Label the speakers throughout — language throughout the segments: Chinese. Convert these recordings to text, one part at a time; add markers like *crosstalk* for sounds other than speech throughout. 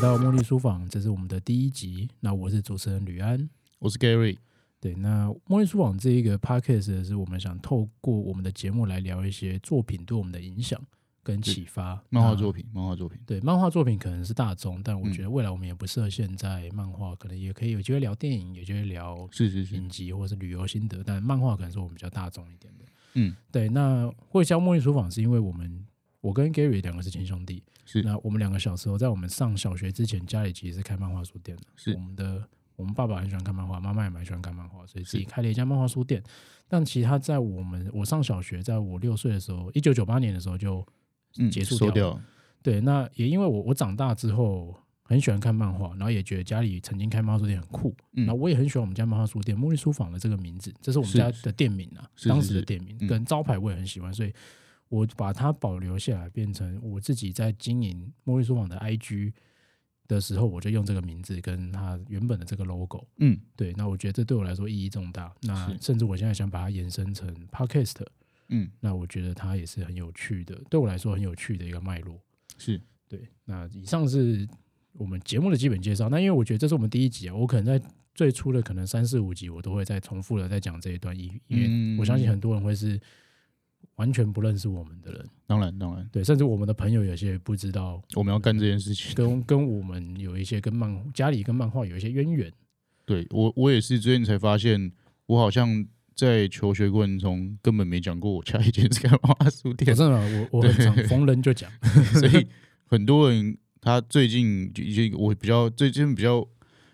Speaker 1: 到茉莉书房，这是我们的第一集。那我是主持人吕安。
Speaker 2: 我是 Gary，
Speaker 1: 对，那茉莉书房这一个 podcast 是我们想透过我们的节目来聊一些作品对我们的影响跟启发。
Speaker 2: 漫画
Speaker 1: 那
Speaker 2: 作品，漫画作品，
Speaker 1: 对，漫画作品可能是大众，但我
Speaker 2: 嗯
Speaker 1: 觉得未来我们也不设限在漫画，可能也可以有机会聊电影，有机会聊
Speaker 2: 是是是，
Speaker 1: 影集或是旅游心得，但漫画可能是我们比较大众一点的。
Speaker 2: 嗯，
Speaker 1: 对，那会叫茉莉书房是因为我们我跟 Gary 两个是亲兄弟，
Speaker 2: 是
Speaker 1: 那我们两个小时候在我们上小学之前，家里其实是开漫画书店的，
Speaker 2: 是
Speaker 1: 我们的。我们爸爸很喜欢看漫画，妈妈也蛮喜欢看漫画，所以自己
Speaker 2: 是
Speaker 1: 开了一家漫画书店。但其实他在我们我上小学，在我六岁的时候，一九九八年的时候就
Speaker 2: 嗯，
Speaker 1: 结束
Speaker 2: 收
Speaker 1: 掉
Speaker 2: 掉了，
Speaker 1: 对，那也因为我我长大之后很喜欢看漫画，然后也觉得家里曾经开漫画书店很酷，
Speaker 2: 嗯
Speaker 1: 然后我也很喜欢我们家漫画书店“茉莉书房”的这个名字，这是我们
Speaker 2: 是
Speaker 1: 家的店名啊，
Speaker 2: 是
Speaker 1: 当
Speaker 2: 是
Speaker 1: 时的
Speaker 2: 是
Speaker 1: 店名
Speaker 2: 嗯
Speaker 1: 跟招牌我也很喜欢，所以我把它保留下来，变成我自己在经营“茉莉书房”的 IG 的时候，我就用这个名字跟它原本的这个 logo。
Speaker 2: 嗯，
Speaker 1: 对，那我觉得这对我来说意义重大。那
Speaker 2: 是
Speaker 1: 甚至我现在想把它延伸成 podcast，
Speaker 2: 嗯，
Speaker 1: 那我觉得它也是很有趣的，对我来说很有趣的一个脉络。
Speaker 2: 是
Speaker 1: 对，那以上是我们节目的基本介绍。那因为我觉得这是我们第一集啊，我可能在最初的可能三四五集，我都会再重复的再讲这一段，因因为
Speaker 2: 嗯
Speaker 1: 我相信很多人会是完全不认识我们的人，
Speaker 2: 当然当然，
Speaker 1: 对，甚至我们的朋友有些不知道
Speaker 2: 我们要干这件事
Speaker 1: *laughs*
Speaker 2: 情。
Speaker 1: 跟跟我们有一些跟漫家里跟漫画有一些渊源。
Speaker 2: *laughs* 对我，我也是最近才发现，我好像在求学过程中根本没讲过我家 *laughs* 以前是开漫画书
Speaker 1: 我
Speaker 2: 店，
Speaker 1: 真的啊我我很 *laughs* 常逢人就讲， *laughs*
Speaker 2: 所以很多人他最近就就我比较最近比较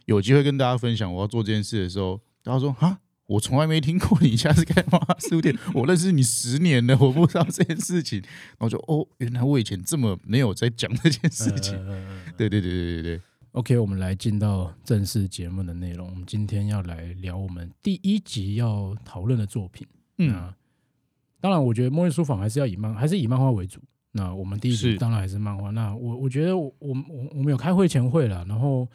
Speaker 2: 有机会跟大家分享我要做这件事的时候，大家说哈。我从来没听过你家是开
Speaker 1: *laughs*
Speaker 2: 漫画书店，我认识你十年了，我不知道这件事情。然后就哦，原来我以前这么没有在讲这件事
Speaker 1: *laughs*
Speaker 2: 情。
Speaker 1: 呃
Speaker 2: 对对对对对对，
Speaker 1: OK，我们来进到正式节目的内容。我们今天要来聊我们第一集要讨论的作品。
Speaker 2: 嗯，
Speaker 1: 那当然，我觉得《末日书房》还是要以漫，还是以漫画为主。那我们第一集
Speaker 2: 是
Speaker 1: 当然还是漫画。那我我觉得我我我我们有开会前会了，然后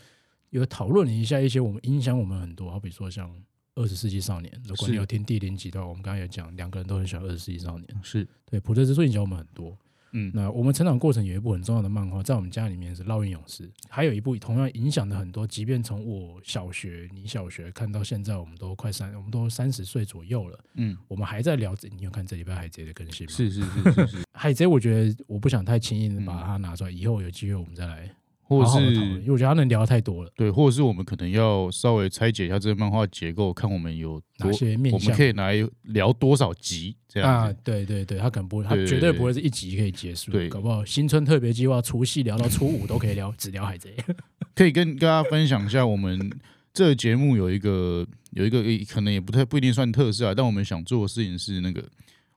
Speaker 1: 有讨论了一下一些我们影响我们很多，好比说像《二十世纪少年》，如果
Speaker 2: 是
Speaker 1: 你有听第零集的话，我们刚刚有讲，两个人都很喜欢《二十世纪少年》，
Speaker 2: 是，
Speaker 1: 对，普特之树影响我们很多。
Speaker 2: 嗯，
Speaker 1: 那我们成长过程有一部很重要的漫画，在我们家里面是《烙印勇士》，还有一部同样影响的很多，即便从我小学、你小学看到现在，我们都快三，我们都三十岁左右了，
Speaker 2: 嗯，
Speaker 1: 我们还在聊这。你有看这礼拜海贼的更新吗？
Speaker 2: 是是是是
Speaker 1: *laughs*
Speaker 2: 是，
Speaker 1: 海贼，我觉得我不想太轻易的把它拿出来，以后有机会我们再来
Speaker 2: 或
Speaker 1: 好好的讨论，因
Speaker 2: 是
Speaker 1: 为我觉得它能聊得太多了，
Speaker 2: 对，或者是我们可能要稍微拆解一下这个漫画结构，看我们有
Speaker 1: 哪，
Speaker 2: 多
Speaker 1: 些面
Speaker 2: 我
Speaker 1: 向
Speaker 2: 们可以来聊多少集这样
Speaker 1: 啊
Speaker 2: 子。，
Speaker 1: 对对对，他可能不会，他
Speaker 2: 对对
Speaker 1: 绝对
Speaker 2: 对
Speaker 1: 不会是一集可以结束，
Speaker 2: 对
Speaker 1: 搞不好新春特别计划除夕聊到初五都可以聊，只聊海贼。 *laughs*
Speaker 2: 可以跟跟大家分享一下，我们这个节目有一个有一个诶可能也不太不一定算特色啊，但我们想做的事情是那个，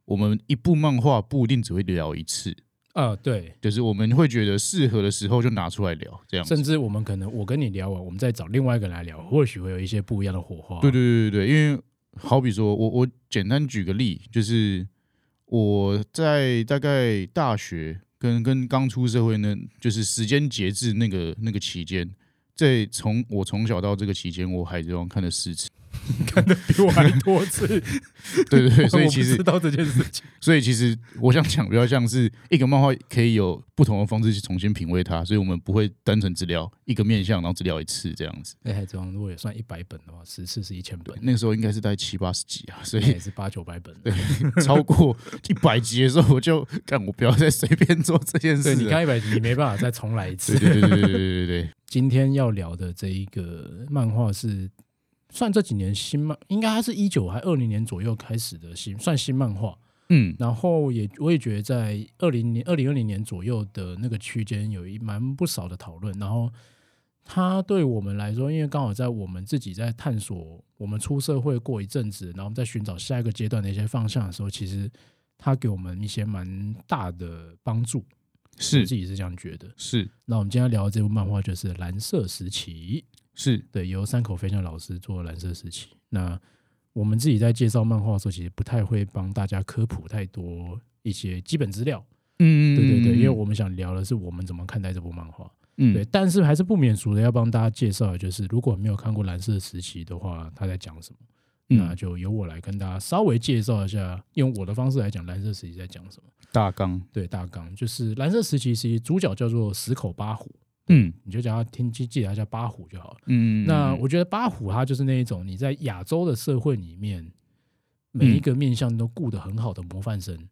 Speaker 2: 我们一部漫画不一定只会聊一次，
Speaker 1: 啊，对，
Speaker 2: 就是我们会觉得适合的时候就拿出来聊这样子。
Speaker 1: 甚至我们可能我跟你聊完，我们再找另外一个人来聊，或许会有一些不一样的火花。 *laughs*
Speaker 2: 对对对对对，因为好比说我我简单举个例，就是我在大概大学跟跟刚出社会呢，就是时间节制那个那个期间，在从我从小到这个期间，我海贼王看了四次。
Speaker 1: 比我还多
Speaker 2: *laughs*
Speaker 1: 次，
Speaker 2: 对
Speaker 1: *laughs*
Speaker 2: 对对，所
Speaker 1: 我
Speaker 2: 以
Speaker 1: 不
Speaker 2: 其实 *laughs*
Speaker 1: 知道这件事情。
Speaker 2: 所以其实我想讲，比较像是一个漫画可以有不同的方式去重新品味它，所以我们不会单纯只聊一个面向，然后只聊一次这样子。
Speaker 1: 那海贼王哎如果也算一百本的话，十次是一千本
Speaker 2: 对，，那个时候应该是大概七八十集啊，所
Speaker 1: 那 *laughs*
Speaker 2: 以
Speaker 1: 也是八九百本。对，
Speaker 2: 超过一百集的时候，我就干，我不要再随便做这件事
Speaker 1: 所以
Speaker 2: 了。
Speaker 1: 你看一百集，你没办法再重来一次
Speaker 2: *laughs* 对，。对对对对对对对对，
Speaker 1: 今天要聊的这一个漫画是。算这几年新漫，应该它是一九还二零年左右开始的新，算新漫画。 *laughs*
Speaker 2: 嗯，
Speaker 1: 然后也我也觉得在二零年、二零二零年左右的那个区间，有一蛮不少的讨论。然后它对我们来说，因为刚好在我们自己在探索我们出社会过一阵子，然后我们在寻找下一个阶段的一些方向的时候，其实它给我们一些蛮大的帮助。我
Speaker 2: 是
Speaker 1: 自己是这样觉得。
Speaker 2: 是
Speaker 1: 那我们今天要聊的这部漫画就是《蓝色时期》。
Speaker 2: 是，
Speaker 1: 对，由山口飞将老师做蓝色时期。那我们自己在介绍漫画的时候，其实不太会帮大家科普太多一些基本资料。
Speaker 2: 嗯
Speaker 1: 对对对，因为我们想聊的是我们怎么看待这部漫画。
Speaker 2: 嗯
Speaker 1: 对，但是还是不免俗的要帮大家介绍的就是，如果没有看过蓝色时期的话，他在讲什么？那
Speaker 2: 嗯
Speaker 1: 就由我来跟大家稍微介绍一下，用我的方式来讲蓝色时期在讲什么。
Speaker 2: 大纲，
Speaker 1: 对，大纲就是蓝色时期，其实主角叫做石口八虎。
Speaker 2: 嗯
Speaker 1: 你就叫他听记记得他叫八虎就好了。
Speaker 2: 嗯，
Speaker 1: 那我觉得八虎他就是那一种你在亚洲的社会里面，每一个面向都顾得很好的模范生。你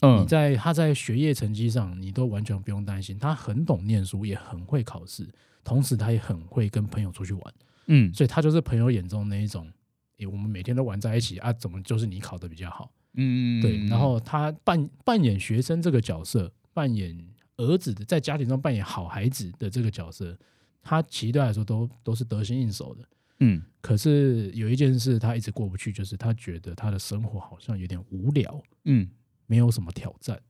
Speaker 2: 嗯
Speaker 1: 在他在学业成绩上，你都完全不用担心，他很懂念书，也很会考试，同时他也很会跟朋友出去玩，
Speaker 2: 嗯
Speaker 1: 所以他就是朋友眼中那一种，诶，我们每天都玩在一起啊，怎么就是你考的比较好？
Speaker 2: 嗯
Speaker 1: 对，然后他扮扮演学生这个角色，扮演儿子的在家庭中扮演好孩子的这个角色，他其实对他来说都都是得心应手的。
Speaker 2: 嗯
Speaker 1: 可是有一件事他一直过不去，就是他觉得他的生活好像有点无聊，
Speaker 2: 嗯
Speaker 1: 没有什么挑战。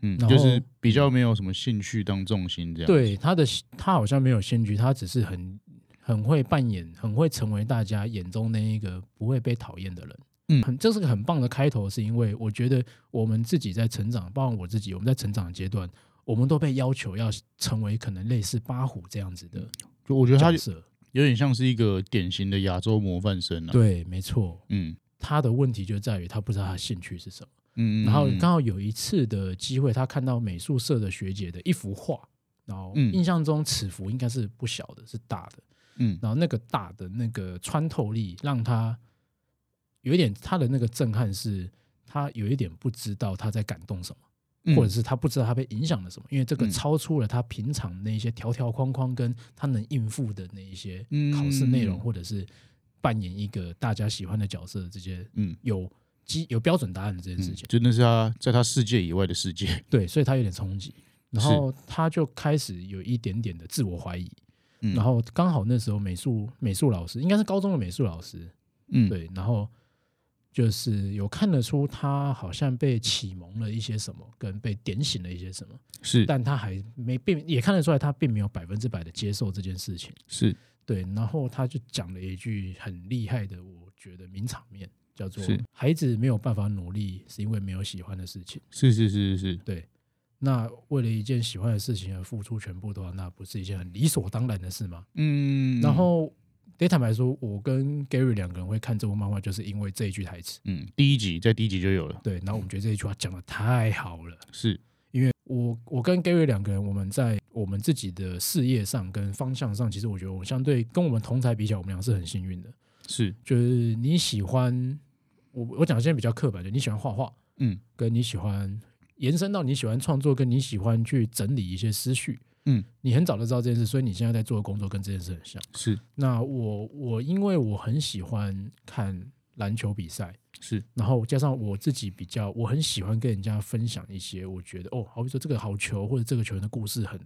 Speaker 2: 嗯，
Speaker 1: 然
Speaker 2: 就是
Speaker 1: 后
Speaker 2: 比较没有什么兴趣当重心这样。，
Speaker 1: 对他的他好像没有先驱，他只是很很会扮演，很会成为大家眼中那一个不会被讨厌的人。
Speaker 2: 嗯
Speaker 1: 很这是个很棒的开头，是因为我觉得我们自己在成长，包括我自己，我们在成长的阶段，我们都被要求要成为可能类似八虎这样子的
Speaker 2: 就我觉得嗯他
Speaker 1: 角色。
Speaker 2: 有点像是一个典型的亚洲模范生啊。，
Speaker 1: 对，没错。
Speaker 2: 嗯
Speaker 1: 他的问题就在于他不知道他的兴趣是什么。
Speaker 2: 嗯，嗯
Speaker 1: 然后
Speaker 2: 嗯
Speaker 1: 刚好有一次的机会，他看到美术社的学姐的一幅画，然后
Speaker 2: 嗯
Speaker 1: 印象中尺幅应该是不小的，是大的。
Speaker 2: 嗯
Speaker 1: 然后那个大的那个穿透力，让他有一点他的那个震撼是，他有一点不知道他在感动什么，
Speaker 2: 嗯
Speaker 1: 或者是他不知道他被影响了什么，因为这个
Speaker 2: 嗯
Speaker 1: 超出了他平常那一些条条框框跟他能应付的那一些考试内容，
Speaker 2: 嗯
Speaker 1: 或者是扮演一个大家喜欢的角色的这些
Speaker 2: 嗯
Speaker 1: 有基有标准答案的这件事
Speaker 2: 嗯
Speaker 1: 情，，
Speaker 2: 真的是他在他世界以外的世界。
Speaker 1: 对，所以他有点冲击。然后他就开始有一点点的自我怀疑，
Speaker 2: 嗯，
Speaker 1: 然后刚好那时候美术美术老师应该是高中的美术老师，
Speaker 2: 嗯，
Speaker 1: 对，然后就是有看得出他好像被启蒙了一些什么，跟被点醒了一些什么，
Speaker 2: 是
Speaker 1: 但他还没并也看得出来他并没有百分之百的接受这件事情。
Speaker 2: 是
Speaker 1: 对，然后他就讲了一句很厉害的，我觉得名场面，叫做
Speaker 2: 是
Speaker 1: “孩子没有办法努力，是因为没有喜欢的事情。
Speaker 2: 是是是是”，
Speaker 1: 对。那为了一件喜欢的事情而付出全部的话，那不是一件很理所当然的事吗？
Speaker 2: 嗯，
Speaker 1: 然后得坦白说，我跟 Gary 两个人会看这部漫画，就是因为这一句台词。
Speaker 2: 嗯，第一集在第一集就有了，
Speaker 1: 对，然后我们觉得这一句话讲的太好了，
Speaker 2: 是
Speaker 1: 因为我我跟 Gary 两个人，我们在我们自己的事业上跟方向上，其实我觉得我相对跟我们同台比起来，我们俩是很幸运的。
Speaker 2: 是，
Speaker 1: 就是你喜欢我，我讲现在比较刻板的，你喜欢画画，
Speaker 2: 嗯
Speaker 1: 跟你喜欢延伸到你喜欢创作，跟你喜欢去整理一些思绪，
Speaker 2: 嗯，
Speaker 1: 你很早就知道这件事，所以你现在在做的工作跟这件事很像。
Speaker 2: 是
Speaker 1: 那我我因为我很喜欢看篮球比赛，
Speaker 2: 是，
Speaker 1: 然后加上我自己比较，我很喜欢跟人家分享一些我觉得哦，好比说这个好球或者这个球员的故事很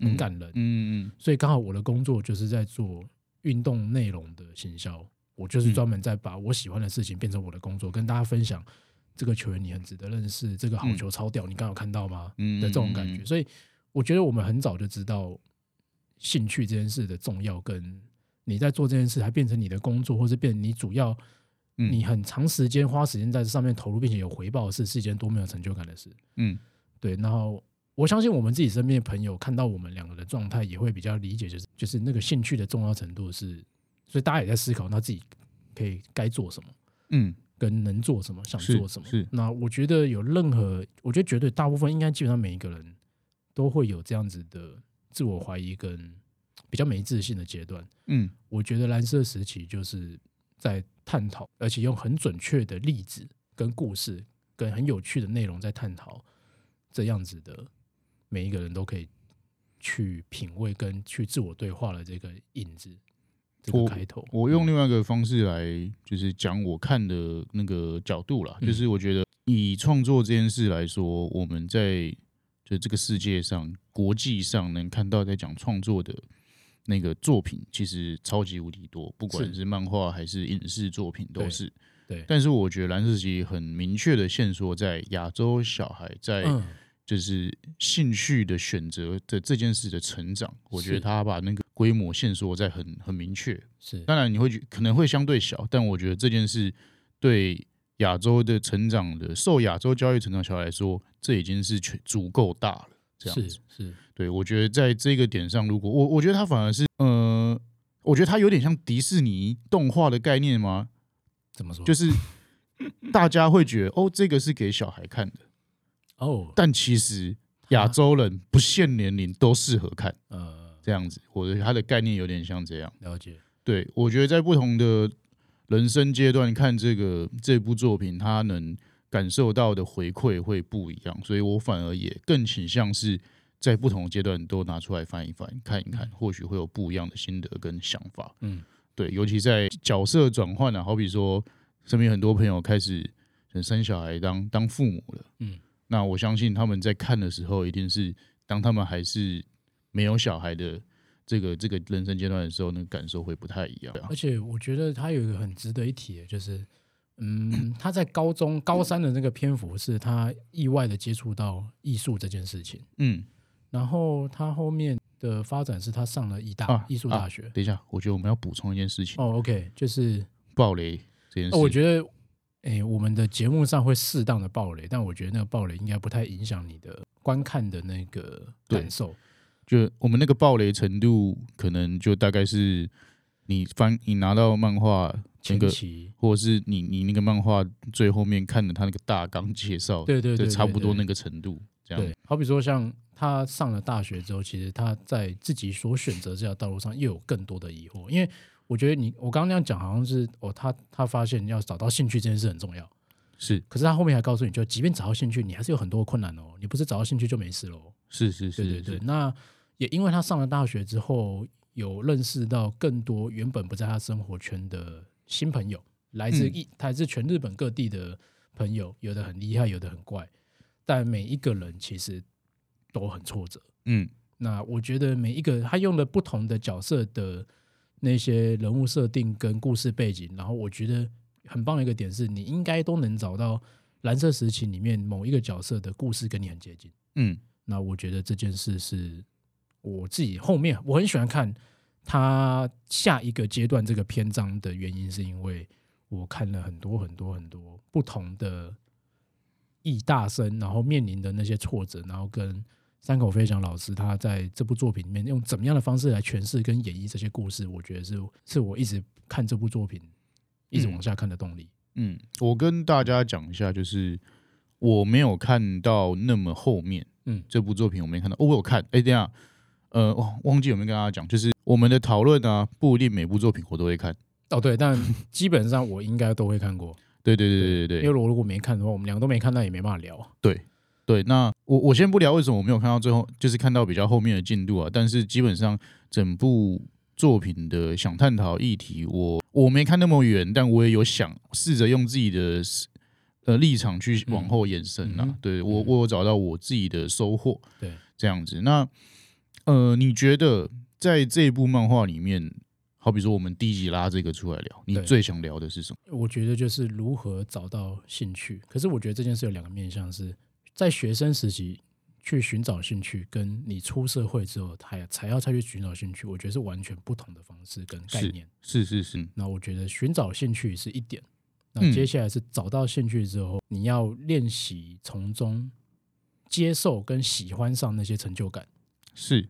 Speaker 1: 很感人，
Speaker 2: 嗯嗯
Speaker 1: 所以刚好我的工作就是在做运动内容的行销，我就是
Speaker 2: 嗯
Speaker 1: 专门在把我喜欢的事情变成我的工作，跟大家分享这个球员你很值得认识，这个好球超屌，你刚好看到吗？
Speaker 2: 嗯
Speaker 1: 的这种感觉。，所以我觉得我们很早就知道兴趣这件事的重要，跟你在做这件事还变成你的工作，或是变成你主要
Speaker 2: 嗯
Speaker 1: 你很长时间花时间在这上面投入，并且有回报的事，是一件多么有成就感的事。
Speaker 2: 嗯
Speaker 1: 对，然后我相信我们自己身边的朋友看到我们两个的状态，也会比较理解，就是就是那个兴趣的重要程度是，所以大家也在思考，那自己可以该做什么。
Speaker 2: 嗯
Speaker 1: 跟能做什么，想
Speaker 2: 是
Speaker 1: 做什么。
Speaker 2: 是
Speaker 1: 那我觉得有任何，我觉得绝对大部分应该基本上每一个人都会有这样子的自我怀疑跟比较没自信的阶段。
Speaker 2: 嗯
Speaker 1: 我觉得蓝色时期就是在探讨，而且用很准确的例子跟故事跟很有趣的内容在探讨这样子的每一个人都可以去品味跟去自我对话的这个影子，这个
Speaker 2: 我
Speaker 1: 开头。
Speaker 2: 我用另外一个方式来，就是讲我看的那个角度啦，
Speaker 1: 嗯
Speaker 2: 就是我觉得以创作这件事来说，我们在就这个世界上、国际上能看到在讲创作的那个作品，其实超级无敌多，不管
Speaker 1: 是
Speaker 2: 是漫画还是影视作品都
Speaker 1: 对
Speaker 2: 是。
Speaker 1: 对
Speaker 2: 但是我觉得蓝色时期很明确的线索在亚洲小孩在、
Speaker 1: 嗯，
Speaker 2: 就是兴趣的选择的这件事的成长，我觉得
Speaker 1: 是
Speaker 2: 他把那个规模限缩在很很明确。
Speaker 1: 是
Speaker 2: 当然你会觉可能会相对小，但我觉得这件事对亚洲的成长的受亚洲教育成长小孩来说，这已经是全足够大了。这样
Speaker 1: 是
Speaker 2: 子，
Speaker 1: 是
Speaker 2: 对我觉得在这个点上，如果我我觉得他反而是呃，我觉得他有点像迪士尼动画的概念吗？
Speaker 1: 怎么说？
Speaker 2: 就是大家会觉得哦，这个是给小孩看的。
Speaker 1: 哦，
Speaker 2: 但其实亚洲人不限年龄都适合看
Speaker 1: 呃，
Speaker 2: 这样子。我的它的概念有点像这样。
Speaker 1: 了解，
Speaker 2: 对，我觉得在不同的人生阶段看这个这部作品，它能感受到的回馈会不一样，所以我反而也更倾向是在不同阶段都拿出来翻一翻、看一看，或许会有不一样的心得跟想法。
Speaker 1: 嗯，
Speaker 2: 对，尤其在角色转换啊，好比说身边很多朋友开始生小孩当当父母了，
Speaker 1: 嗯，
Speaker 2: 那我相信他们在看的时候，一定是当他们还是没有小孩的这个这个人生阶段的时候，那个感受会不太一样。
Speaker 1: 而且我觉得他有一个很值得一提的，就是，嗯，他在高中高三的那个篇幅是他意外的接触到艺术这件事情，
Speaker 2: 嗯，
Speaker 1: 然后他后面的发展是他上了艺大、
Speaker 2: 啊
Speaker 1: 艺术大学。
Speaker 2: 等一下，我觉得我们要补充一件事情，
Speaker 1: 哦，OK，就是、
Speaker 2: 暴雷这件事。
Speaker 1: 哦我觉得，哎、我们的节目上会适当的暴雷，但我觉得那个暴雷应该不太影响你的观看的那个
Speaker 2: 对
Speaker 1: 感受。
Speaker 2: 就我们那个暴雷程度，可能就大概是你翻你拿到漫画那
Speaker 1: 前
Speaker 2: 个，
Speaker 1: 期，
Speaker 2: 或者是你你那个漫画最后面看的他那个大纲介绍，
Speaker 1: 对对对
Speaker 2: 哦就差不多
Speaker 1: 对
Speaker 2: 那个程度。这样
Speaker 1: 对，好比说像他上了大学之后，其实他在自己所选择这条道路上又有更多的疑惑，因为我觉得你我刚刚那样讲好像是哦，他他发现要找到兴趣这件事很重要，
Speaker 2: 是
Speaker 1: 可是他后面还告诉你就，即便找到兴趣，你还是有很多的困难哦，你不是找到兴趣就没事喽。
Speaker 2: 是是是，
Speaker 1: 对对对
Speaker 2: 是，，
Speaker 1: 那也因为他上了大学之后，有认识到更多原本不在他生活圈的新朋友，来自
Speaker 2: 嗯
Speaker 1: 一、来自全日本各地的朋友，有的很厉害，有的很怪，但每一个人其实都很挫折。
Speaker 2: 嗯
Speaker 1: 那我觉得每一个他用了不同的角色的那些人物设定跟故事背景，然后我觉得很棒的一个点是，你应该都能找到蓝色时期里面某一个角色的故事跟你很接近。
Speaker 2: 嗯
Speaker 1: 那我觉得这件事是我自己后面我很喜欢看他下一个阶段这个篇章的原因，是因为我看了很多很多很多不同的艺大生，然后面临的那些挫折，然后跟山口飞翔老师他在这部作品里面用怎么样的方式来诠释跟演绎这些故事，我觉得是是我一直看这部作品一直往下看的动力。
Speaker 2: 嗯，我跟大家讲一下，就是我没有看到那么后面，
Speaker 1: 嗯
Speaker 2: 这部作品我没看到，哦，我有看，哎，等一下，呃，忘忘记有没有跟大家讲，就是我们的讨论啊，不一定每部作品我都会看，
Speaker 1: 哦，对，但基本上我应该都会看过，
Speaker 2: 对对对对对
Speaker 1: 因
Speaker 2: 对
Speaker 1: 为，我如果没看的话，我们两个都没看，那也没办法聊。
Speaker 2: 对对，那我我先不聊为什么我没有看到最后，就是看到比较后面的进度啊。但是基本上整部作品的想探讨议题，我我没看那么远，但我也有想试着用自己的呃立场去往后延伸啊。
Speaker 1: 嗯嗯哼
Speaker 2: 对我我有找到我自己的收获，
Speaker 1: 对，
Speaker 2: 这样子。那呃，你觉得在这一部漫画里面，好比说我们第一集拉这个出来聊，你
Speaker 1: 对
Speaker 2: 最想聊的是什么？
Speaker 1: 我觉得就是如何找到兴趣。可是我觉得这件事有两个面向是，在学生时期去寻找兴趣，跟你出社会之后才才要再去寻找兴趣，我觉得是完全不同的方式跟概念。
Speaker 2: 是是是，
Speaker 1: 那我觉得寻找兴趣是一点，那
Speaker 2: 嗯
Speaker 1: 接下来是找到兴趣之后，你要练习从中接受跟喜欢上那些成就感。
Speaker 2: 是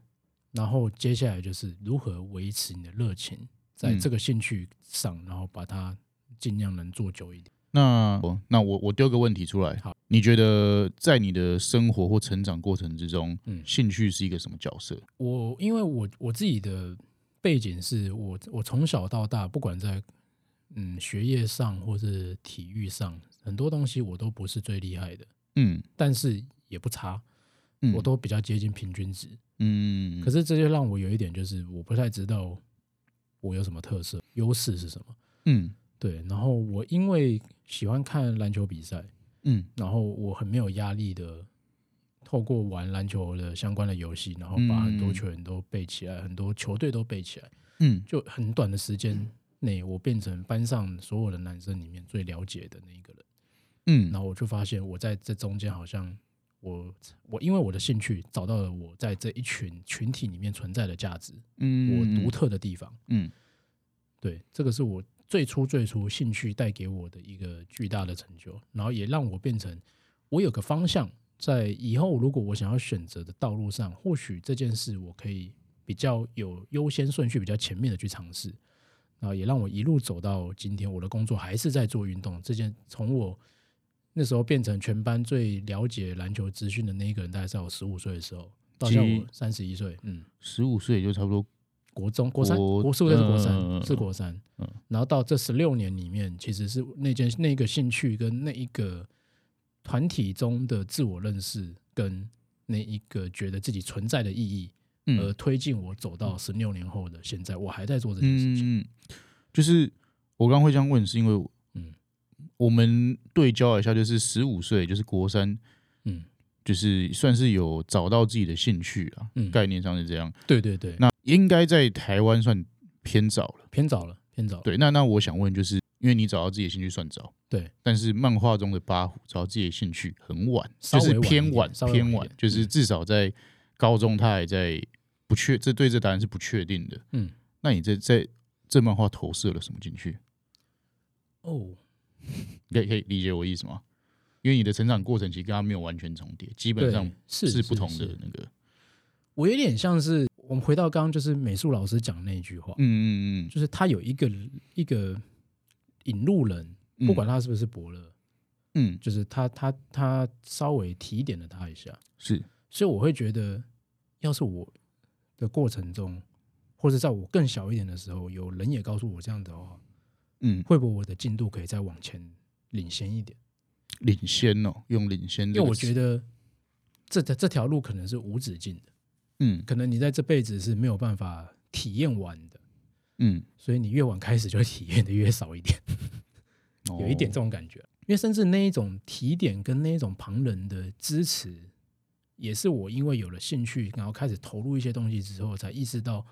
Speaker 1: 然后接下来就是如何维持你的热情，在
Speaker 2: 嗯
Speaker 1: 这个兴趣上，然后把它尽量能做久一点。
Speaker 2: 那我那我我丢个问题出来，
Speaker 1: 好，
Speaker 2: 你觉得在你的生活或成长过程之中，
Speaker 1: 嗯
Speaker 2: 兴趣是一个什么角色？
Speaker 1: 我因为我我自己的背景是我我从小到大，不管在嗯学业上或是体育上，很多东西我都不是最厉害的，
Speaker 2: 嗯
Speaker 1: 但是也不差，
Speaker 2: 嗯，
Speaker 1: 我都比较接近平均值。
Speaker 2: 嗯，
Speaker 1: 可
Speaker 2: 是
Speaker 1: 是这就让我有一点就是我不太知道我有什么特色、优势是什么。
Speaker 2: 嗯
Speaker 1: 对，然后我因为喜欢看篮球比赛，
Speaker 2: 嗯
Speaker 1: 然后我很没有压力的，透过玩篮球的相关的游戏，然后把很多
Speaker 2: 嗯
Speaker 1: 球员都背起来，很多球队都背起来，
Speaker 2: 嗯
Speaker 1: 就很短的时间内，我变成班上所有的男生里面最了解的那一个人。
Speaker 2: 嗯
Speaker 1: 然后我就发现，我在这中间好像我我因为我的兴趣找到了我在这一群群体里面存在的价值，
Speaker 2: 嗯，
Speaker 1: 我独特的地方。
Speaker 2: 嗯
Speaker 1: 对，这个是我最初最初兴趣带给我的一个巨大的成就，然后也让我变成我有个方向，在以后如果我想要选择的道路上，或许这件事我可以比较有优先顺序，比较前面的去尝试，然后也让我一路走到今天，我的工作还是在做运动这件，从我。那时候变成全班最了解篮球资讯的那一个人，大概在我十五岁的时候，到现在
Speaker 2: 几
Speaker 1: 我三十一岁，嗯，
Speaker 2: 十五岁就差不多，
Speaker 1: 国中国三
Speaker 2: 国
Speaker 1: 国是不是是国
Speaker 2: 嗯
Speaker 1: 三？是国三
Speaker 2: 嗯。
Speaker 1: 然后到这十六年里面，其实是那件那个兴趣跟那一个团体中的自我认识跟那一个觉得自己存在的意义，
Speaker 2: 嗯
Speaker 1: 而推进我走到十六年后的现在，我还在做这件事情。
Speaker 2: 嗯，嗯就是我刚刚会这样问，是因为嗯
Speaker 1: 嗯，
Speaker 2: 我们对焦一下，就是十五岁，就是国三，
Speaker 1: 嗯
Speaker 2: 就是算是有找到自己的兴趣啊，
Speaker 1: 嗯，
Speaker 2: 概念上是这样。
Speaker 1: 对对对，
Speaker 2: 那应该在台湾算偏早了。
Speaker 1: 偏早了，偏早了。
Speaker 2: 对，那那我想问，就是因为你找到自己的兴趣算早，
Speaker 1: 对，
Speaker 2: 但是漫画中的八虎找到自己的兴趣很晚，
Speaker 1: 稍
Speaker 2: 就
Speaker 1: 微
Speaker 2: 是
Speaker 1: 晚一
Speaker 2: 偏
Speaker 1: 点
Speaker 2: 晚
Speaker 1: 稍微晚
Speaker 2: 偏
Speaker 1: 一
Speaker 2: 晚
Speaker 1: 点，
Speaker 2: 就是
Speaker 1: 嗯
Speaker 2: 至少在高中他还在不确，这对这答案是不确定的。
Speaker 1: 嗯，
Speaker 2: 那你在在这漫画投射了什么进去？
Speaker 1: 哦，
Speaker 2: 你可以可以理解我意思吗？因为你的成长过程其实跟他没有完全重叠，基本
Speaker 1: 对
Speaker 2: 上，
Speaker 1: 是
Speaker 2: 不同的那个。
Speaker 1: 我有点像是我们回到刚刚就是美术老师讲那句话，
Speaker 2: 嗯嗯嗯
Speaker 1: 就是他有一个一个引路人，
Speaker 2: 嗯，
Speaker 1: 不管他是不是伯乐，
Speaker 2: 嗯
Speaker 1: 就是他他他稍微提点了他一下，
Speaker 2: 是
Speaker 1: 所以我会觉得，要是我的过程中，或者在我更小一点的时候，有人也告诉我这样的话，
Speaker 2: 嗯
Speaker 1: 会不会我的进度可以再往前领先一点？
Speaker 2: 领先哦，用领先
Speaker 1: 因
Speaker 2: 这个词，
Speaker 1: 为我觉得这这这条路可能是无止境的，
Speaker 2: 嗯
Speaker 1: 可能你在这辈子是没有办法体验完的。
Speaker 2: 嗯
Speaker 1: 所以你越晚开始，就会体验的越少一点。有一点
Speaker 2: 哦
Speaker 1: 这种感觉。因为甚至那一种提点跟那一种旁人的支持，也是我因为有了兴趣，然后开始投入一些东西之后，才意识到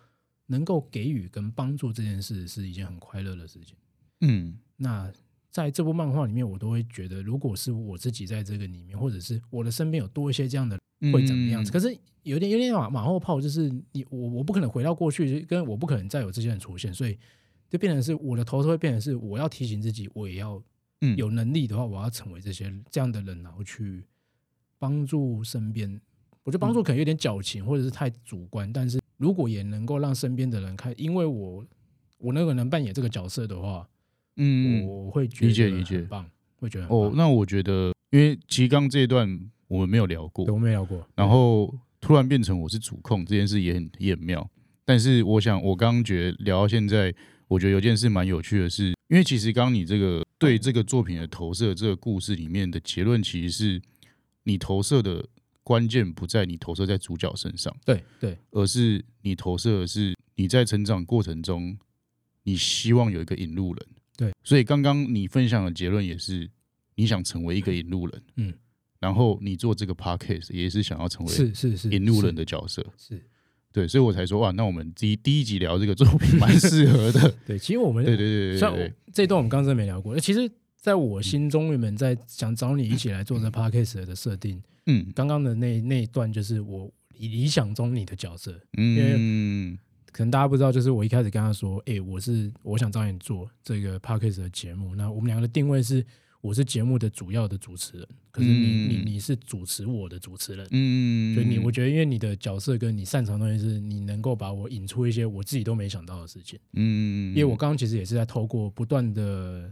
Speaker 1: 能够给予跟帮助这件事是一件很快乐的事情。
Speaker 2: 嗯
Speaker 1: 那在这部漫画里面，我都会觉得，如果是我自己在这个里面，或者是我的身边有多一些这样的会怎么样子？
Speaker 2: 嗯
Speaker 1: 可是有点有点马马后炮，就是你我我不可能回到过去，跟我不可能再有这些人出现，所以就变成是我的头头会变成是我要提醒自己，我也要
Speaker 2: 嗯
Speaker 1: 有能力的话，我要成为这些这样的人，然后去帮助身边。我觉得帮助可能有点矫情，或者是太主观，但是如果也能够让身边的人看，因为我我那个能扮演这个角色的话，
Speaker 2: 嗯嗯
Speaker 1: 我会觉
Speaker 2: 理解
Speaker 1: 得
Speaker 2: 理解
Speaker 1: 很棒，会觉得很棒
Speaker 2: 哦，那我觉得，因为其实刚这一段我们没有聊
Speaker 1: 对
Speaker 2: 过，
Speaker 1: 我没聊过，
Speaker 2: 然后突然变成我是主控这件事也很也很妙。但是我想，我刚刚觉得聊到现在，我觉得有件事蛮有趣的是，因为其实刚刚你这个对这个作品的投射，这个故事里面的结论，其实是你投射的关键不在你投射在主角身上，
Speaker 1: 对对
Speaker 2: 而是你投射的是你在成长过程中，你希望有一个引路人。
Speaker 1: 对，
Speaker 2: 所以刚刚你分享的结论也是，你想成为一个引路人，
Speaker 1: 嗯，
Speaker 2: 然后你做这个 podcast 也是想要成为
Speaker 1: 是是是
Speaker 2: 引路人
Speaker 1: 的
Speaker 2: 的角色，
Speaker 1: 是。是
Speaker 2: 对，所以我才说哇，那我们第一第一集聊这个作品蛮适
Speaker 1: *laughs*
Speaker 2: 合的，
Speaker 1: 对，其实我们
Speaker 2: 对对对对
Speaker 1: 虽
Speaker 2: 对
Speaker 1: 然
Speaker 2: 对，
Speaker 1: 我这一段我们刚才没聊过，其实在我心中原本在想找你一起来做这 podcast 的设定，
Speaker 2: 嗯
Speaker 1: 刚刚的那那一段就是我理想中你的角色，
Speaker 2: 嗯
Speaker 1: 可能大家不知道，就是我一开始跟他说，哎、我是我想找你做这个 podcast 的节目，那我们两个的定位是。我是节目的主要的主持人，可是你、
Speaker 2: 嗯
Speaker 1: 你你是主持我的主持人，
Speaker 2: 嗯，
Speaker 1: 所以你我觉得，因为你的角色跟你擅长的东西是，你能够把我引出一些我自己都没想到的事情。
Speaker 2: 嗯，
Speaker 1: 因为我刚刚其实也是在透过不断的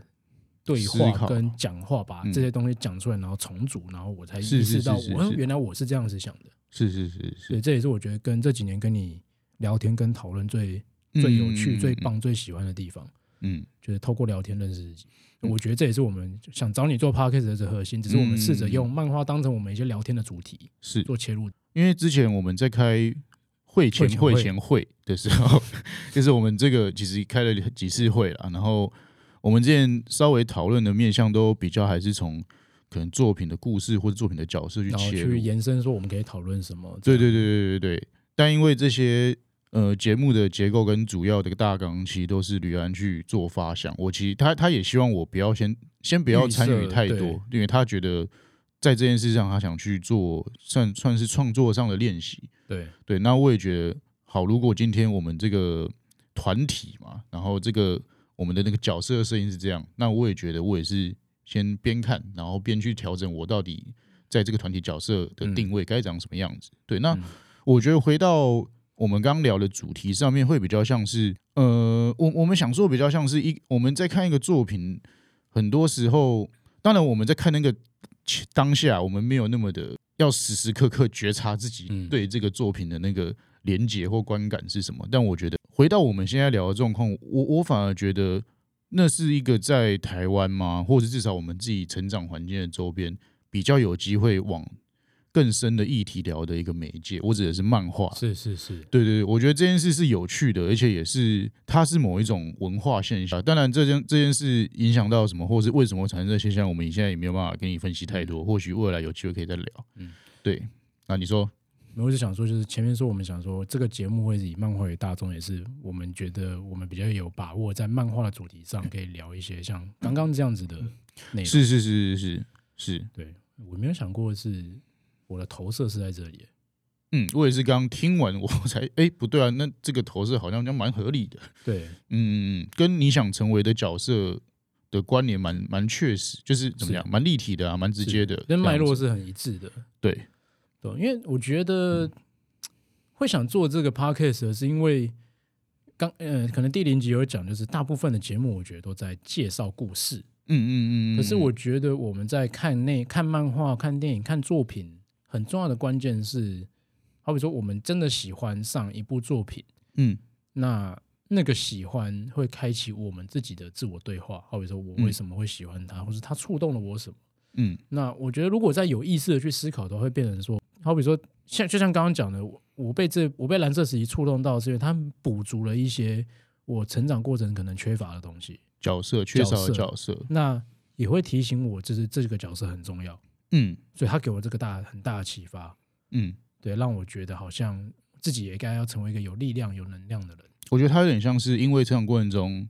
Speaker 1: 对
Speaker 2: 思
Speaker 1: 话
Speaker 2: 考
Speaker 1: 跟讲话，把
Speaker 2: 嗯
Speaker 1: 这些东西讲出来，然后重组，然后我才意
Speaker 2: 是是
Speaker 1: 识到
Speaker 2: 是是
Speaker 1: 我，哦
Speaker 2: 是
Speaker 1: 原来我是这样子想的。
Speaker 2: 是是是
Speaker 1: 对，
Speaker 2: 是
Speaker 1: 这也是我觉得跟这几年跟你聊天跟讨论最最有趣、
Speaker 2: 嗯
Speaker 1: 最棒、最喜欢的地方，
Speaker 2: 嗯
Speaker 1: 就是透过聊天认识自己。
Speaker 2: 嗯
Speaker 1: 我觉得这也是我们想找你做 podcast 的核心，只是我们试着
Speaker 2: 嗯
Speaker 1: 用漫画当成我们一些聊天的主题
Speaker 2: 是，
Speaker 1: 做切入。
Speaker 2: 因为之前我们在开会
Speaker 1: 会
Speaker 2: 前
Speaker 1: 前会
Speaker 2: 会前会的时候， *laughs* 就是我们这个其实开了几次会啦，然后我们之前稍微讨论的面向都比较还是从可能作品的故事或者作品的角色去
Speaker 1: 然后
Speaker 2: 切
Speaker 1: 去
Speaker 2: 入，
Speaker 1: 延伸说我们可以讨论什么？
Speaker 2: 对对
Speaker 1: 这样，
Speaker 2: 对对对对。但因为这些呃节目的结构跟主要的大纲，其实都是吕安去做发想。我其实他他也希望我不要先先不要参与
Speaker 1: 预设
Speaker 2: 太
Speaker 1: 对
Speaker 2: 多，因为他觉得在这件事上，他想去做算算是创作上的练习。
Speaker 1: 对
Speaker 2: 对，那我也觉得好。如果今天我们这个团体嘛，然后这个我们的那个角色设定是这样，那我也觉得我也是先边看，然后边去调整我到底在这个团体角色的定位该长什么样子。对，那
Speaker 1: 嗯
Speaker 2: 我觉得回到我们刚聊的主题上面，会比较像是呃，我我们想说比较像是一我们在看一个作品，很多时候，当然我们在看那个当下，我们没有那么的要时时刻刻觉察自己
Speaker 1: 嗯
Speaker 2: 对这个作品的那个连结或观感是什么。但我觉得回到我们现在聊的状况，我我反而觉得那是一个在台湾嘛，或者至少我们自己成长环境的周边比较有机会往更深的议题聊的一个媒介。我指的是漫画，
Speaker 1: 是是是，
Speaker 2: 对对对，我觉得这件事是有趣的，而且也是它是某一种文化现象。当然，这件这件事影响到什么，或是为什么会产生这现象，我们现在也没有办法跟你分析太多。或许未来有机会可以再聊。嗯
Speaker 1: 嗯，
Speaker 2: 对。那你说，
Speaker 1: 我是想说，就是前面说我们想说这个节目会以漫画为大众，也是我们觉得我们比较有把握在漫画的主题上可以聊一些像刚刚这样子的内容。
Speaker 2: 嗯是是是是是是，
Speaker 1: 对我没有想过是我的投射是在这里，
Speaker 2: 嗯，我也是刚听完我才，哎，不对啊，那这个投射好像蛮合理的。
Speaker 1: 对，
Speaker 2: 嗯，嗯嗯，跟你想成为的角色的关联蛮蛮确实，就是怎么
Speaker 1: 是
Speaker 2: 样，蛮立体的啊，蛮直接的。
Speaker 1: 跟脉
Speaker 2: 这样
Speaker 1: 络
Speaker 2: 子
Speaker 1: 是很一致的。
Speaker 2: 对，
Speaker 1: 对，啊因为我觉得会想做这个 podcast 的是因为刚呃，可能第零集有讲，就是大部分的节目我觉得都在介绍故事，
Speaker 2: 嗯嗯嗯嗯。
Speaker 1: 可是
Speaker 2: 嗯
Speaker 1: 我觉得我们在看那看漫画、看电影、看作品，很重要的关键是，好比说我们真的喜欢上一部作品，
Speaker 2: 嗯
Speaker 1: 那那个喜欢会开启我们自己的自我对话，好比说我为什么会喜欢它，或是它触动了我什么。
Speaker 2: 嗯
Speaker 1: 那我觉得，如果在有意识的去思考的话，会变成说，好比说，像就像刚刚讲的，我我被这我被蓝色时期触动到，是因为它补足了一些我成长过程可能缺乏的东西。
Speaker 2: 角色缺少的
Speaker 1: 角
Speaker 2: 角色，
Speaker 1: 那也会提醒我，就是这个角色很重要，
Speaker 2: 嗯
Speaker 1: 所以他给我这个大很大的启发，
Speaker 2: 嗯，
Speaker 1: 对，让我觉得好像自己也该要成为一个有力量、有能量的人。
Speaker 2: 我觉得他有点像是因为成长过程中，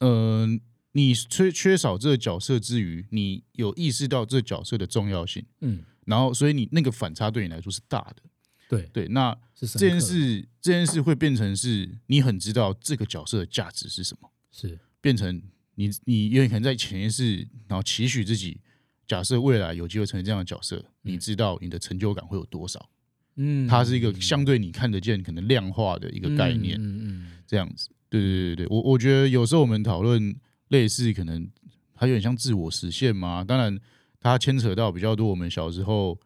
Speaker 2: 呃，你缺缺少这个角色之余，你有意识到这角色的重要性，
Speaker 1: 嗯，
Speaker 2: 然后所以你那个反差对你来说是大的。
Speaker 1: 对，
Speaker 2: 对，那
Speaker 1: 是深刻
Speaker 2: 这件事这件事会变成是你很知道这个角色的价值是什么，
Speaker 1: 是
Speaker 2: 变成你你有点可能在潜意识，然后期许自己。假设未来有机会成为这样的角色，你知道你的成就感会有多少？
Speaker 1: 嗯，
Speaker 2: 它是一个相对你看得见、可能量化的一
Speaker 1: 一
Speaker 2: 个概念。
Speaker 1: 嗯嗯
Speaker 2: 这样子。对对对对，对我我觉得有时候我们讨论类似可能还有点像自我实现嘛，当然它牵扯到比较多我们小时候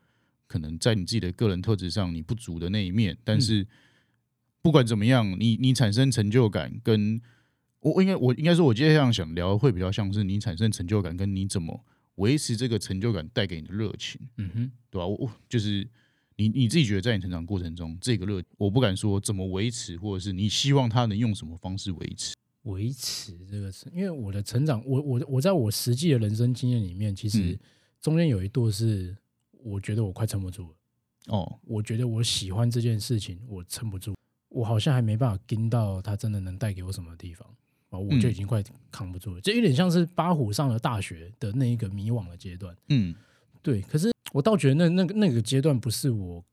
Speaker 2: 可能在你自己的个人特质上你不足的那一面，但
Speaker 1: 嗯
Speaker 2: 是不管怎么样，你你产生成就感跟。我我应该我应该说，我今天想想聊会比较像是你产生成就感，跟你怎么维持这个成就感带给你的热情。
Speaker 1: 嗯嗯哼，
Speaker 2: 对吧、我我就是你你自己觉得在你成长过程中，这个热，我不敢说怎么维持，或者是你希望它能用什么方式维持。
Speaker 1: 维持这个是，因为我的成长，我我我在我实际的人生经验里面，其实
Speaker 2: 嗯
Speaker 1: 中间有一度是我觉得我快撑不住了，
Speaker 2: 哦，
Speaker 1: 我觉得我喜欢这件事情，我撑不住，我好像还没办法跟到它真的能带给我什么地方，啊，我就已经快扛不住了，这有点像是八虎上了大学的那一个迷惘的阶段。
Speaker 2: 嗯
Speaker 1: 对，可是我倒觉得那那个那个阶段不是我，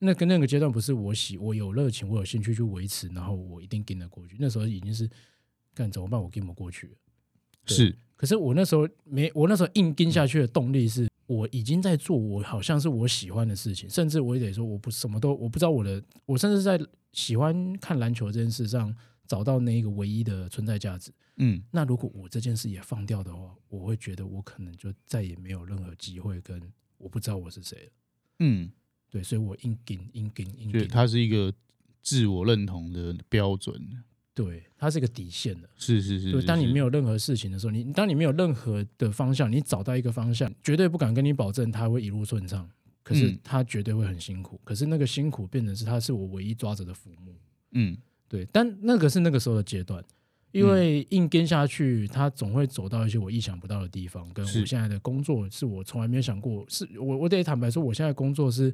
Speaker 1: 那个那个阶段不是我喜，我有热情，我有兴趣去维持，然后我一定跟得过去。那时候已经是干怎么办？我跟不过去了。对
Speaker 2: 是，
Speaker 1: 可是我那时候没，我那时候硬跟下去的动力是，我已经在做我好像是我喜欢的事情，甚至我也得说，我不什么都我不知道我的，我甚至在喜欢看篮球这件事上找到那一个唯一的存在价值。
Speaker 2: 嗯
Speaker 1: 那如果我这件事也放掉的话，我会觉得我可能就再也没有任何机会跟我不知道我是谁了。
Speaker 2: 嗯，
Speaker 1: 对，所以我硬顶硬顶硬
Speaker 2: 就是
Speaker 1: 顶，
Speaker 2: 它是一个自我认同的标准。
Speaker 1: 对，它是一个底线的。
Speaker 2: 是是是，
Speaker 1: 对，当你没
Speaker 2: 有
Speaker 1: 有任何事情的时候，你当你没有任何的方向，你找到一个方向，绝对不敢跟你保证它会一路顺畅，可是
Speaker 2: 嗯
Speaker 1: 它绝对会很辛苦。可是那个辛苦变成是它是我唯一抓着的浮木。
Speaker 2: 嗯
Speaker 1: 对，但那个是那个时候的阶段，因为硬跟下去，他总会走到一些我意想不到的地方，跟
Speaker 2: 是
Speaker 1: 我现在的工作是我从来没有想过，是我我得坦白说，我现在工作是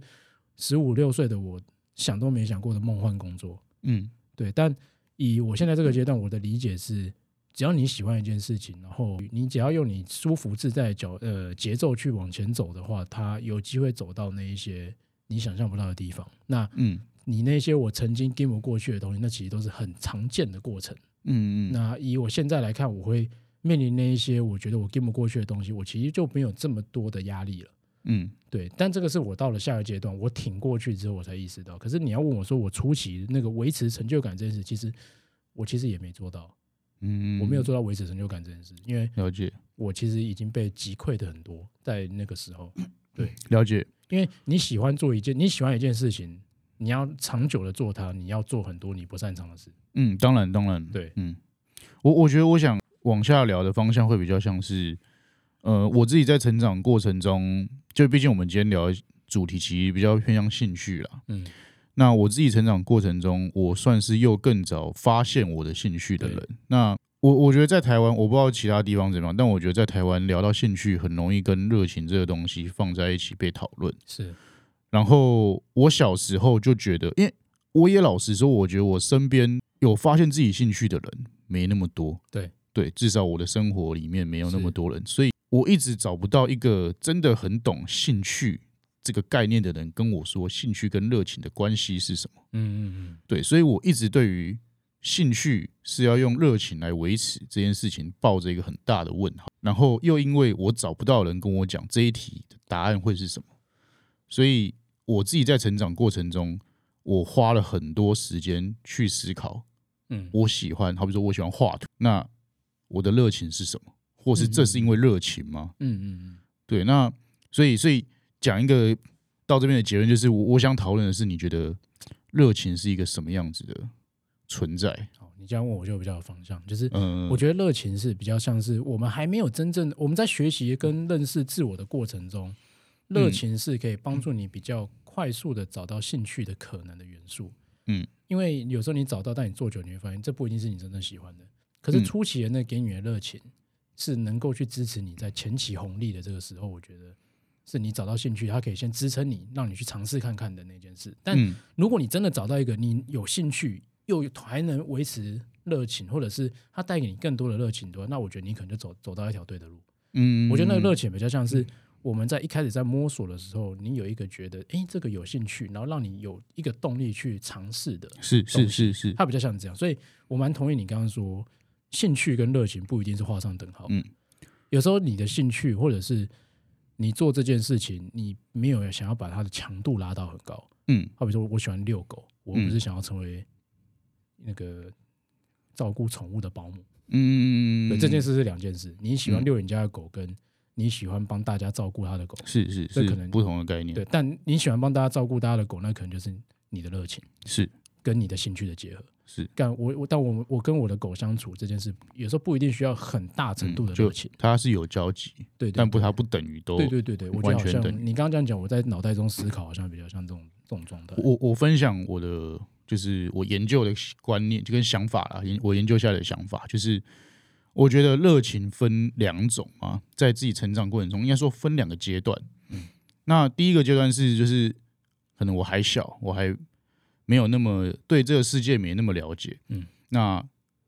Speaker 1: 十五六岁的我想都没想过的梦幻工作。
Speaker 2: 嗯
Speaker 1: 对，但以我现在这个阶段，我的理解是，只要你喜欢一件事情，然后你只要用你舒服自在的脚呃节奏去往前走的话，它有机会走到那一些你想象不到的地方。那
Speaker 2: 嗯
Speaker 1: 你那些我曾经 game 过去的东西，那其实都是很常见的过程。
Speaker 2: 嗯嗯，
Speaker 1: 那以我现在来看，我会面临那一些我觉得我 game 过去的东西，我其实就没有这么多的压力了。
Speaker 2: 嗯
Speaker 1: 对，但这个是我到了下一个阶段，我挺过去之后我才意识到。可是你要问我说，我初期那个维持成就感这件事，其实我其实也没做到，
Speaker 2: 嗯，
Speaker 1: 我没有做到维持成就感这件事，因为
Speaker 2: 了解。
Speaker 1: 我其实已经被击溃的很多，在那个时候，对，
Speaker 2: 了解，
Speaker 1: 因为你喜欢做一件你喜欢一件事情，你要长久的做它，你要做很多你不擅长的事。
Speaker 2: 嗯，当然，当然，
Speaker 1: 对
Speaker 2: 嗯，我我觉得我想往下聊的方向会比较像是，呃，我自己在成长过程中，就毕竟我们今天聊的主题其实比较偏向兴趣啦。
Speaker 1: 嗯，
Speaker 2: 那我自己成长过程中，我算是又更早发现我的兴趣的人
Speaker 1: 对。
Speaker 2: 那我我觉得在台湾，我不知道其他地方怎么样，但我觉得在台湾聊到兴趣，很容易跟热情这个东西放在一起被讨论。
Speaker 1: 是，
Speaker 2: 然后我小时候就觉得，因为我也老实说，我觉得我身边有发现自己兴趣的人没那么多。
Speaker 1: 对
Speaker 2: 对，至少我的生活里面没有那么多人，所以我一直找不到一个真的很懂兴趣这个概念的人跟我说兴趣跟热情的关系是什么。
Speaker 1: 嗯嗯嗯，
Speaker 2: 对，所以我一直对于兴趣是要用热情来维持这件事情抱着一个很大的问号，然后又因为我找不到人跟我讲这一题的答案会是什么，所以我自己在成长过程中，我花了很多时间去思考，
Speaker 1: 嗯，
Speaker 2: 我喜欢，好比说我喜欢画图，那我的热情是什么，或是
Speaker 1: 嗯
Speaker 2: 这是因为热情吗？
Speaker 1: 嗯嗯
Speaker 2: 对，那所以所以讲一个到这边的结论，就是我我想讨论的是，你觉得热情是一个什么样子的存在
Speaker 1: 嗯，？好，你这样问我就比较有方向，就是
Speaker 2: 嗯、
Speaker 1: 我觉得热情是比较像是我们还没有真正我们在学习跟认识自我的过程中，
Speaker 2: 嗯
Speaker 1: 热情是可以帮助你比较快速的找到兴趣的可能的元素。
Speaker 2: 嗯，
Speaker 1: 因为有时候你找到，但你做久，你会发现这不一定是你真正喜欢的。可是
Speaker 2: 嗯
Speaker 1: 初期的那给你的热情，是能够去支持你在前期红利的这个时候，我觉得是你找到兴趣，它可以先支撑你，让你去尝试看看的那件事。但
Speaker 2: 嗯
Speaker 1: 如果你真的找到一个你有兴趣又还能维持热情，或者是它带给你更多的热情的话，那我觉得你可能就走走到一条对的路。
Speaker 2: 嗯
Speaker 1: 我觉得那个热情比较像是我们在一开始在摸索的时候，你有一个觉得诶这个有兴趣，然后让你有一个动力去尝试的，
Speaker 2: 是是是是，
Speaker 1: 它比较像这样。所以我蛮同意你刚刚说，兴趣跟热情不一定是画上等号。
Speaker 2: 嗯，
Speaker 1: 有时候你的兴趣或者是你做这件事情，你没有想要把它的强度拉到很高。
Speaker 2: 嗯
Speaker 1: 好比说我喜欢遛狗，我
Speaker 2: 嗯
Speaker 1: 不是想要成为那个照顾宠物的保姆。
Speaker 2: 嗯嗯
Speaker 1: 对，
Speaker 2: 嗯，
Speaker 1: 这件事是两件事。你喜欢
Speaker 2: 嗯
Speaker 1: 遛人家的狗，跟你喜欢帮大家照顾他的狗，
Speaker 2: 是是
Speaker 1: 这
Speaker 2: 是
Speaker 1: 可能
Speaker 2: 不同的概念，
Speaker 1: 对，，但你喜欢帮大家照顾大家的狗，那可能就是你的热情
Speaker 2: 是
Speaker 1: 跟你的兴趣的结合。
Speaker 2: 是，
Speaker 1: 但我我但我我跟我的狗相处这件事，有时候不一定需要很大程度的
Speaker 2: 嗯就
Speaker 1: 热情。
Speaker 2: 它是有交集，
Speaker 1: 对对，
Speaker 2: 但不
Speaker 1: 对
Speaker 2: 它不等于都
Speaker 1: 对对对对，我觉
Speaker 2: 完
Speaker 1: 得好
Speaker 2: 全
Speaker 1: 像
Speaker 2: 等于
Speaker 1: 你刚刚这样讲，我在脑袋中思考好像比较像这种这种状态。
Speaker 2: 我我分享我的就是我研究的观念，就跟想法啦，研我研究下来的想法，就是我觉得热情分两种啊，在自己成长过程中，应该说分两个阶段。
Speaker 1: 嗯
Speaker 2: 那第一个阶段是就是可能我还小，我还没有那么对这个世界没那么了解，
Speaker 1: 嗯，
Speaker 2: 那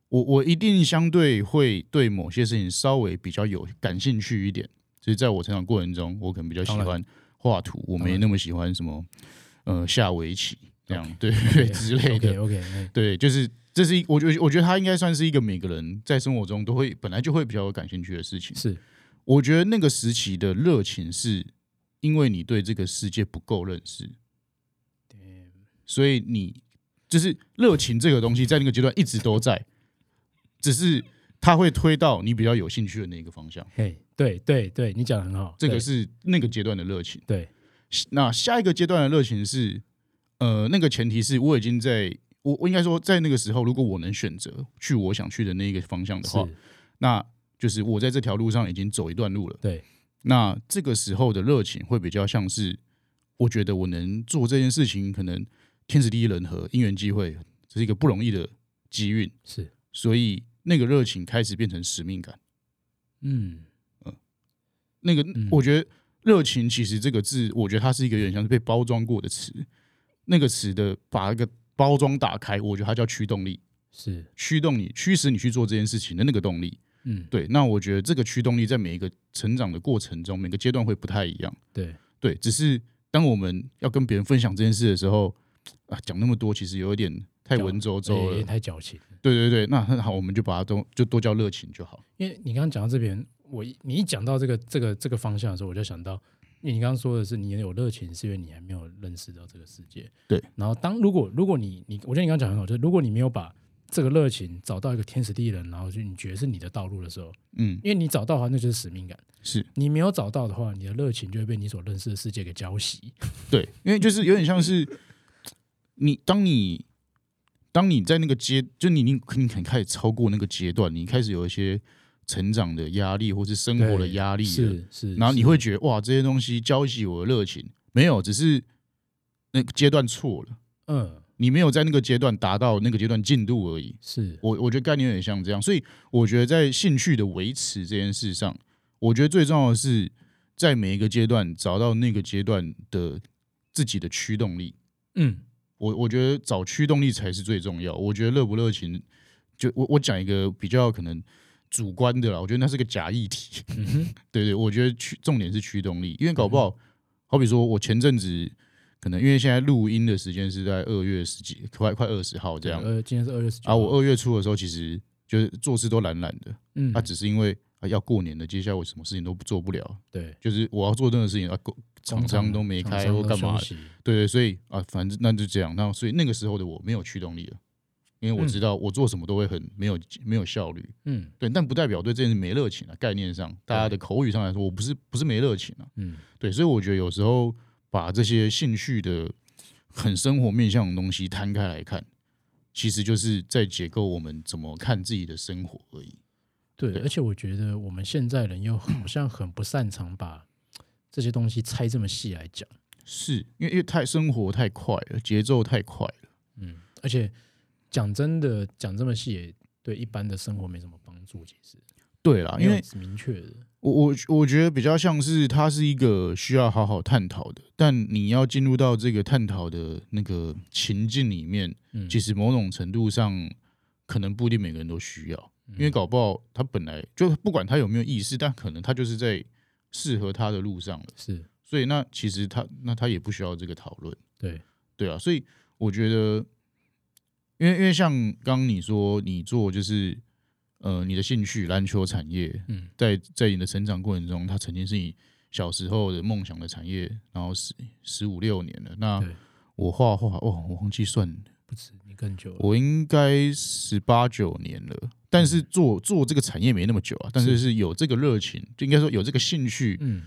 Speaker 2: 我我一定相对会对某些事情稍微比较有感兴趣一点，就是在我成长过程中，我可能比较喜
Speaker 1: 当
Speaker 2: 欢画图，我
Speaker 1: 当
Speaker 2: 没
Speaker 1: 然
Speaker 2: 那么喜欢什么呃下围棋这样
Speaker 1: OK，
Speaker 2: 对对之类的
Speaker 1: OK OK，
Speaker 2: 对，就是这是一我觉得我觉得它应该算是一个每个人在生活中都会本来就会比较有感兴趣的事情。
Speaker 1: 是
Speaker 2: 我觉得那个时期的热情是因为你对这个世界不够认识，所以你就是热情这个东西在那个阶段一直都在，只是它会推到你比较有兴趣的那个方向。
Speaker 1: 嘿，对对对，你讲的很好，
Speaker 2: 这个
Speaker 1: 对
Speaker 2: 是那个阶段的热情。
Speaker 1: 对，
Speaker 2: 那下一个阶段的热情是，呃，那个前提是我已经在我我应该说在那个时候，如果我能选择去我想去的那个方向的话
Speaker 1: 是，
Speaker 2: 那就是我在这条路上已经走一段路了。
Speaker 1: 对，
Speaker 2: 那这个时候的热情会比较像是，我觉得我能做这件事情，可能天时地利人和，因缘机会，这是一个不容易的机运，
Speaker 1: 是，
Speaker 2: 所以那个热情开始变成使命感。
Speaker 1: 嗯，
Speaker 2: 那个，
Speaker 1: 嗯
Speaker 2: 我觉得“热情”其实这个字，我觉得它是一个有点像是被包装过的词。那个词的把一个包装打开，我觉得它叫驱动力，
Speaker 1: 是，
Speaker 2: 驱动你、驱使你去做这件事情的那个动力。
Speaker 1: 嗯，
Speaker 2: 对，那我觉得这个驱动力在每一个成长的过程中，每个阶段会不太一样。
Speaker 1: 对，
Speaker 2: 对，只是当我们要跟别人分享这件事的时候，啊，讲那么多其实有一点太
Speaker 1: 讲
Speaker 2: 文绉绉
Speaker 1: 有点
Speaker 2: 了。
Speaker 1: 哎太矫情了。
Speaker 2: 对对对，那很好，我们就把它都就多叫热情就好。
Speaker 1: 因为你刚刚讲到这边，我一你一讲到这个这个这个方向的时候，我就想到，因为你刚刚说的是你有热情，是因为你还没有认识到这个世界。
Speaker 2: 对。
Speaker 1: 然后当如果如果你你，我觉得你刚刚讲得很好，就是如果你没有把这个热情找到一个天时地利人，然后就你觉得是你的道路的时候，
Speaker 2: 嗯，
Speaker 1: 因为你找到的话，那就是使命感；
Speaker 2: 是
Speaker 1: 你没有找到的话，你的热情就会被你所认识的世界给浇熄。
Speaker 2: 对，因为就是有点像是你，当你当你在那个阶，就你你你很开始超过那个阶段，你开始有一些成长的压力，或是生活的
Speaker 1: 对
Speaker 2: 压力了
Speaker 1: 是是，
Speaker 2: 然后你
Speaker 1: 是
Speaker 2: 会觉得哇，这些东西浇熄我的热情，没有，只是那个阶段错了，
Speaker 1: 嗯
Speaker 2: 你没有在那个阶段达到那个阶段进度而已。
Speaker 1: 是
Speaker 2: 我我觉得概念有点像这样，所以我觉得在兴趣的维持这件事上，我觉得最重要的是在每一个阶段找到那个阶段的自己的驱动力。
Speaker 1: 嗯
Speaker 2: 我我觉得找驱动力才是最重要。我觉得热不热情，就我我讲一个比较可能主观的啦，我觉得那是个假议题。
Speaker 1: 嗯哼嗯
Speaker 2: 对对，我觉得驱重点是驱动力，因为搞不好，好比说我前阵子可能因为现在录音的时间是在二月十几，快快二十号这样
Speaker 1: 呃，今天是二月十九
Speaker 2: 啊。我二月初的时候其实就是做事都懒懒的，
Speaker 1: 嗯
Speaker 2: 啊，只是因为啊要过年了，接下来我什么事情都做不了，
Speaker 1: 对
Speaker 2: 就是我要做任何事情啊，工厂商都没
Speaker 1: 厂
Speaker 2: 开
Speaker 1: 商
Speaker 2: 或
Speaker 1: 都
Speaker 2: 干
Speaker 1: 休
Speaker 2: 嘛的，
Speaker 1: 息
Speaker 2: 对对，所以啊，反正那就这样。那所以那个时候的我没有驱动力了，因为我
Speaker 1: 嗯
Speaker 2: 知道我做什么都会很没有没有效率。
Speaker 1: 嗯
Speaker 2: 对，但不代表对这件事没热情啊。概念上，大家的口语上来说，我不是不是没热情啊。
Speaker 1: 嗯
Speaker 2: 对，所以我觉得有时候把这些兴趣的很生活面向的东西摊开来看，其实就是在解构我们怎么看自己的生活而已。
Speaker 1: 对，
Speaker 2: 对
Speaker 1: 而且我觉得我们现在人又好像很不擅长把这些东西拆这么细来讲，
Speaker 2: 是因为因为太生活太快了，节奏太快了。
Speaker 1: 嗯，而且讲真的，讲这么细也对一般的生活没什么帮助，其实
Speaker 2: 对啦，
Speaker 1: 没
Speaker 2: 啊因
Speaker 1: 有
Speaker 2: 为
Speaker 1: 明确的，
Speaker 2: 我我我觉得比较像是它是一个需要好好探讨的，但你要进入到这个探讨的那个情境里面，
Speaker 1: 嗯，
Speaker 2: 其实某种程度上可能不一定每个人都需要，
Speaker 1: 嗯
Speaker 2: 因为搞不好他本来就不管他有没有意识，但可能他就是在适合他的路上了，
Speaker 1: 是
Speaker 2: 所以那其实他那他也不需要这个讨论，
Speaker 1: 对，
Speaker 2: 对啊，所以我觉得，因为因为像刚刚你说你做就是呃你的兴趣篮球产业，
Speaker 1: 嗯
Speaker 2: 在在你的成长过程中，它曾经是你小时候的梦想的产业，然后十十五六年了。那
Speaker 1: 对
Speaker 2: 我画画，哦，我忘记算了，
Speaker 1: 不止你更久了，
Speaker 2: 我应该十八九年了。但
Speaker 1: 嗯
Speaker 2: 是做做这个产业没那么久啊，但是是有这个热情，就应该说有这个兴趣。
Speaker 1: 嗯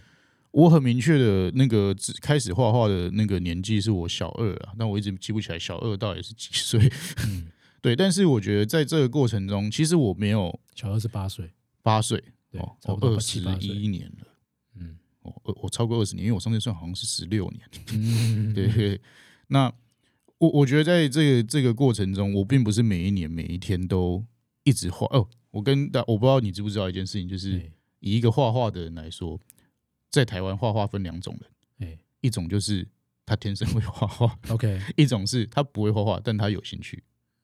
Speaker 2: 我很明确的那个只开始画画的那个年纪是我小二啊，但我一直记不起来小二到底是几岁。
Speaker 1: 嗯，
Speaker 2: *laughs* 对，但是我觉得在这个过程中，其实我没有
Speaker 1: 小二十八岁，
Speaker 2: 八岁，
Speaker 1: 对
Speaker 2: 哦，
Speaker 1: 差
Speaker 2: 我
Speaker 1: 不多
Speaker 2: 二
Speaker 1: 七
Speaker 2: 十
Speaker 1: 八岁
Speaker 2: 一年了。
Speaker 1: 嗯
Speaker 2: 哦，呃我超过二十年，因为我上次算好像是十六年。
Speaker 1: 嗯，
Speaker 2: *laughs* 对，那我我觉得在这个这个过程中，我并不是每一年每一天都一直画。哦，我跟大我不知道你知不知道一件事情，就是
Speaker 1: 对，
Speaker 2: 以一个画画的人来说，在台湾画画分两种人，
Speaker 1: 哎
Speaker 2: 一种就是他天生会画画， *laughs*
Speaker 1: ，OK，
Speaker 2: 一种是他不会画画，但他有兴趣。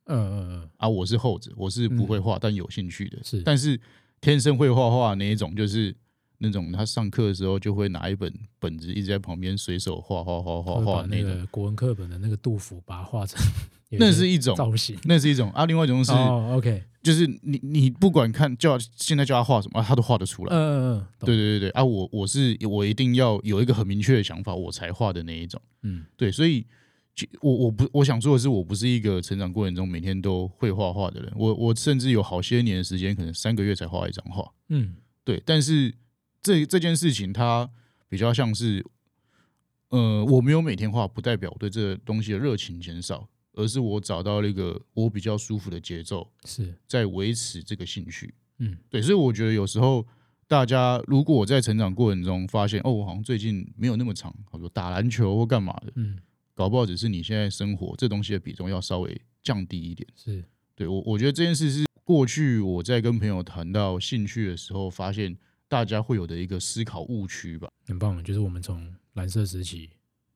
Speaker 1: 嗯嗯嗯，
Speaker 2: 啊，我是后者，我是不会画、但有兴趣的。
Speaker 1: 是
Speaker 2: 但是天生会画画那一种，就是那种他上课的时候就会拿一本本子一直在旁边随手画画画画
Speaker 1: 会
Speaker 2: 画
Speaker 1: 把那
Speaker 2: 种，
Speaker 1: 个国文课本的那个杜甫把它画成 *laughs* 有
Speaker 2: 那
Speaker 1: 一
Speaker 2: 是
Speaker 1: 些
Speaker 2: 一种，
Speaker 1: 造型，
Speaker 2: 那是一种啊。另外一种是，
Speaker 1: 哦，OK，
Speaker 2: 就是你你不管看叫现在叫他画什么、啊他都画得
Speaker 1: 嗯
Speaker 2: 出来。
Speaker 1: 嗯嗯，懂
Speaker 2: 对，对对对啊，我我是我一定要有一个很明确的想法，我才画的那一种。
Speaker 1: 嗯
Speaker 2: 对，所以其我我不我想说的是，我不是一个成长过程中每天都会画画的人。我我甚至有好些年的时间，可能三个月才画一张画。
Speaker 1: 嗯
Speaker 2: 对，但是这这件事情它比较像是，呃，我没有每天画，不代表我对这个东西的热情减少，而是我找到了一个我比较舒服的节奏，
Speaker 1: 是，
Speaker 2: 在维持这个兴趣。
Speaker 1: 嗯
Speaker 2: 对，所以我觉得有时候大家如果我在成长过程中发现，哦，我好像最近没有那么长，好说打篮球或干嘛的，
Speaker 1: 嗯
Speaker 2: 搞不好只是你现在生活这东西的比重要稍微降低一点。
Speaker 1: 是，
Speaker 2: 对我，我觉得这件事是过去我在跟朋友谈到兴趣的时候，发现大家会有的一个思考误区吧。
Speaker 1: 很棒，就是我们从蓝色时期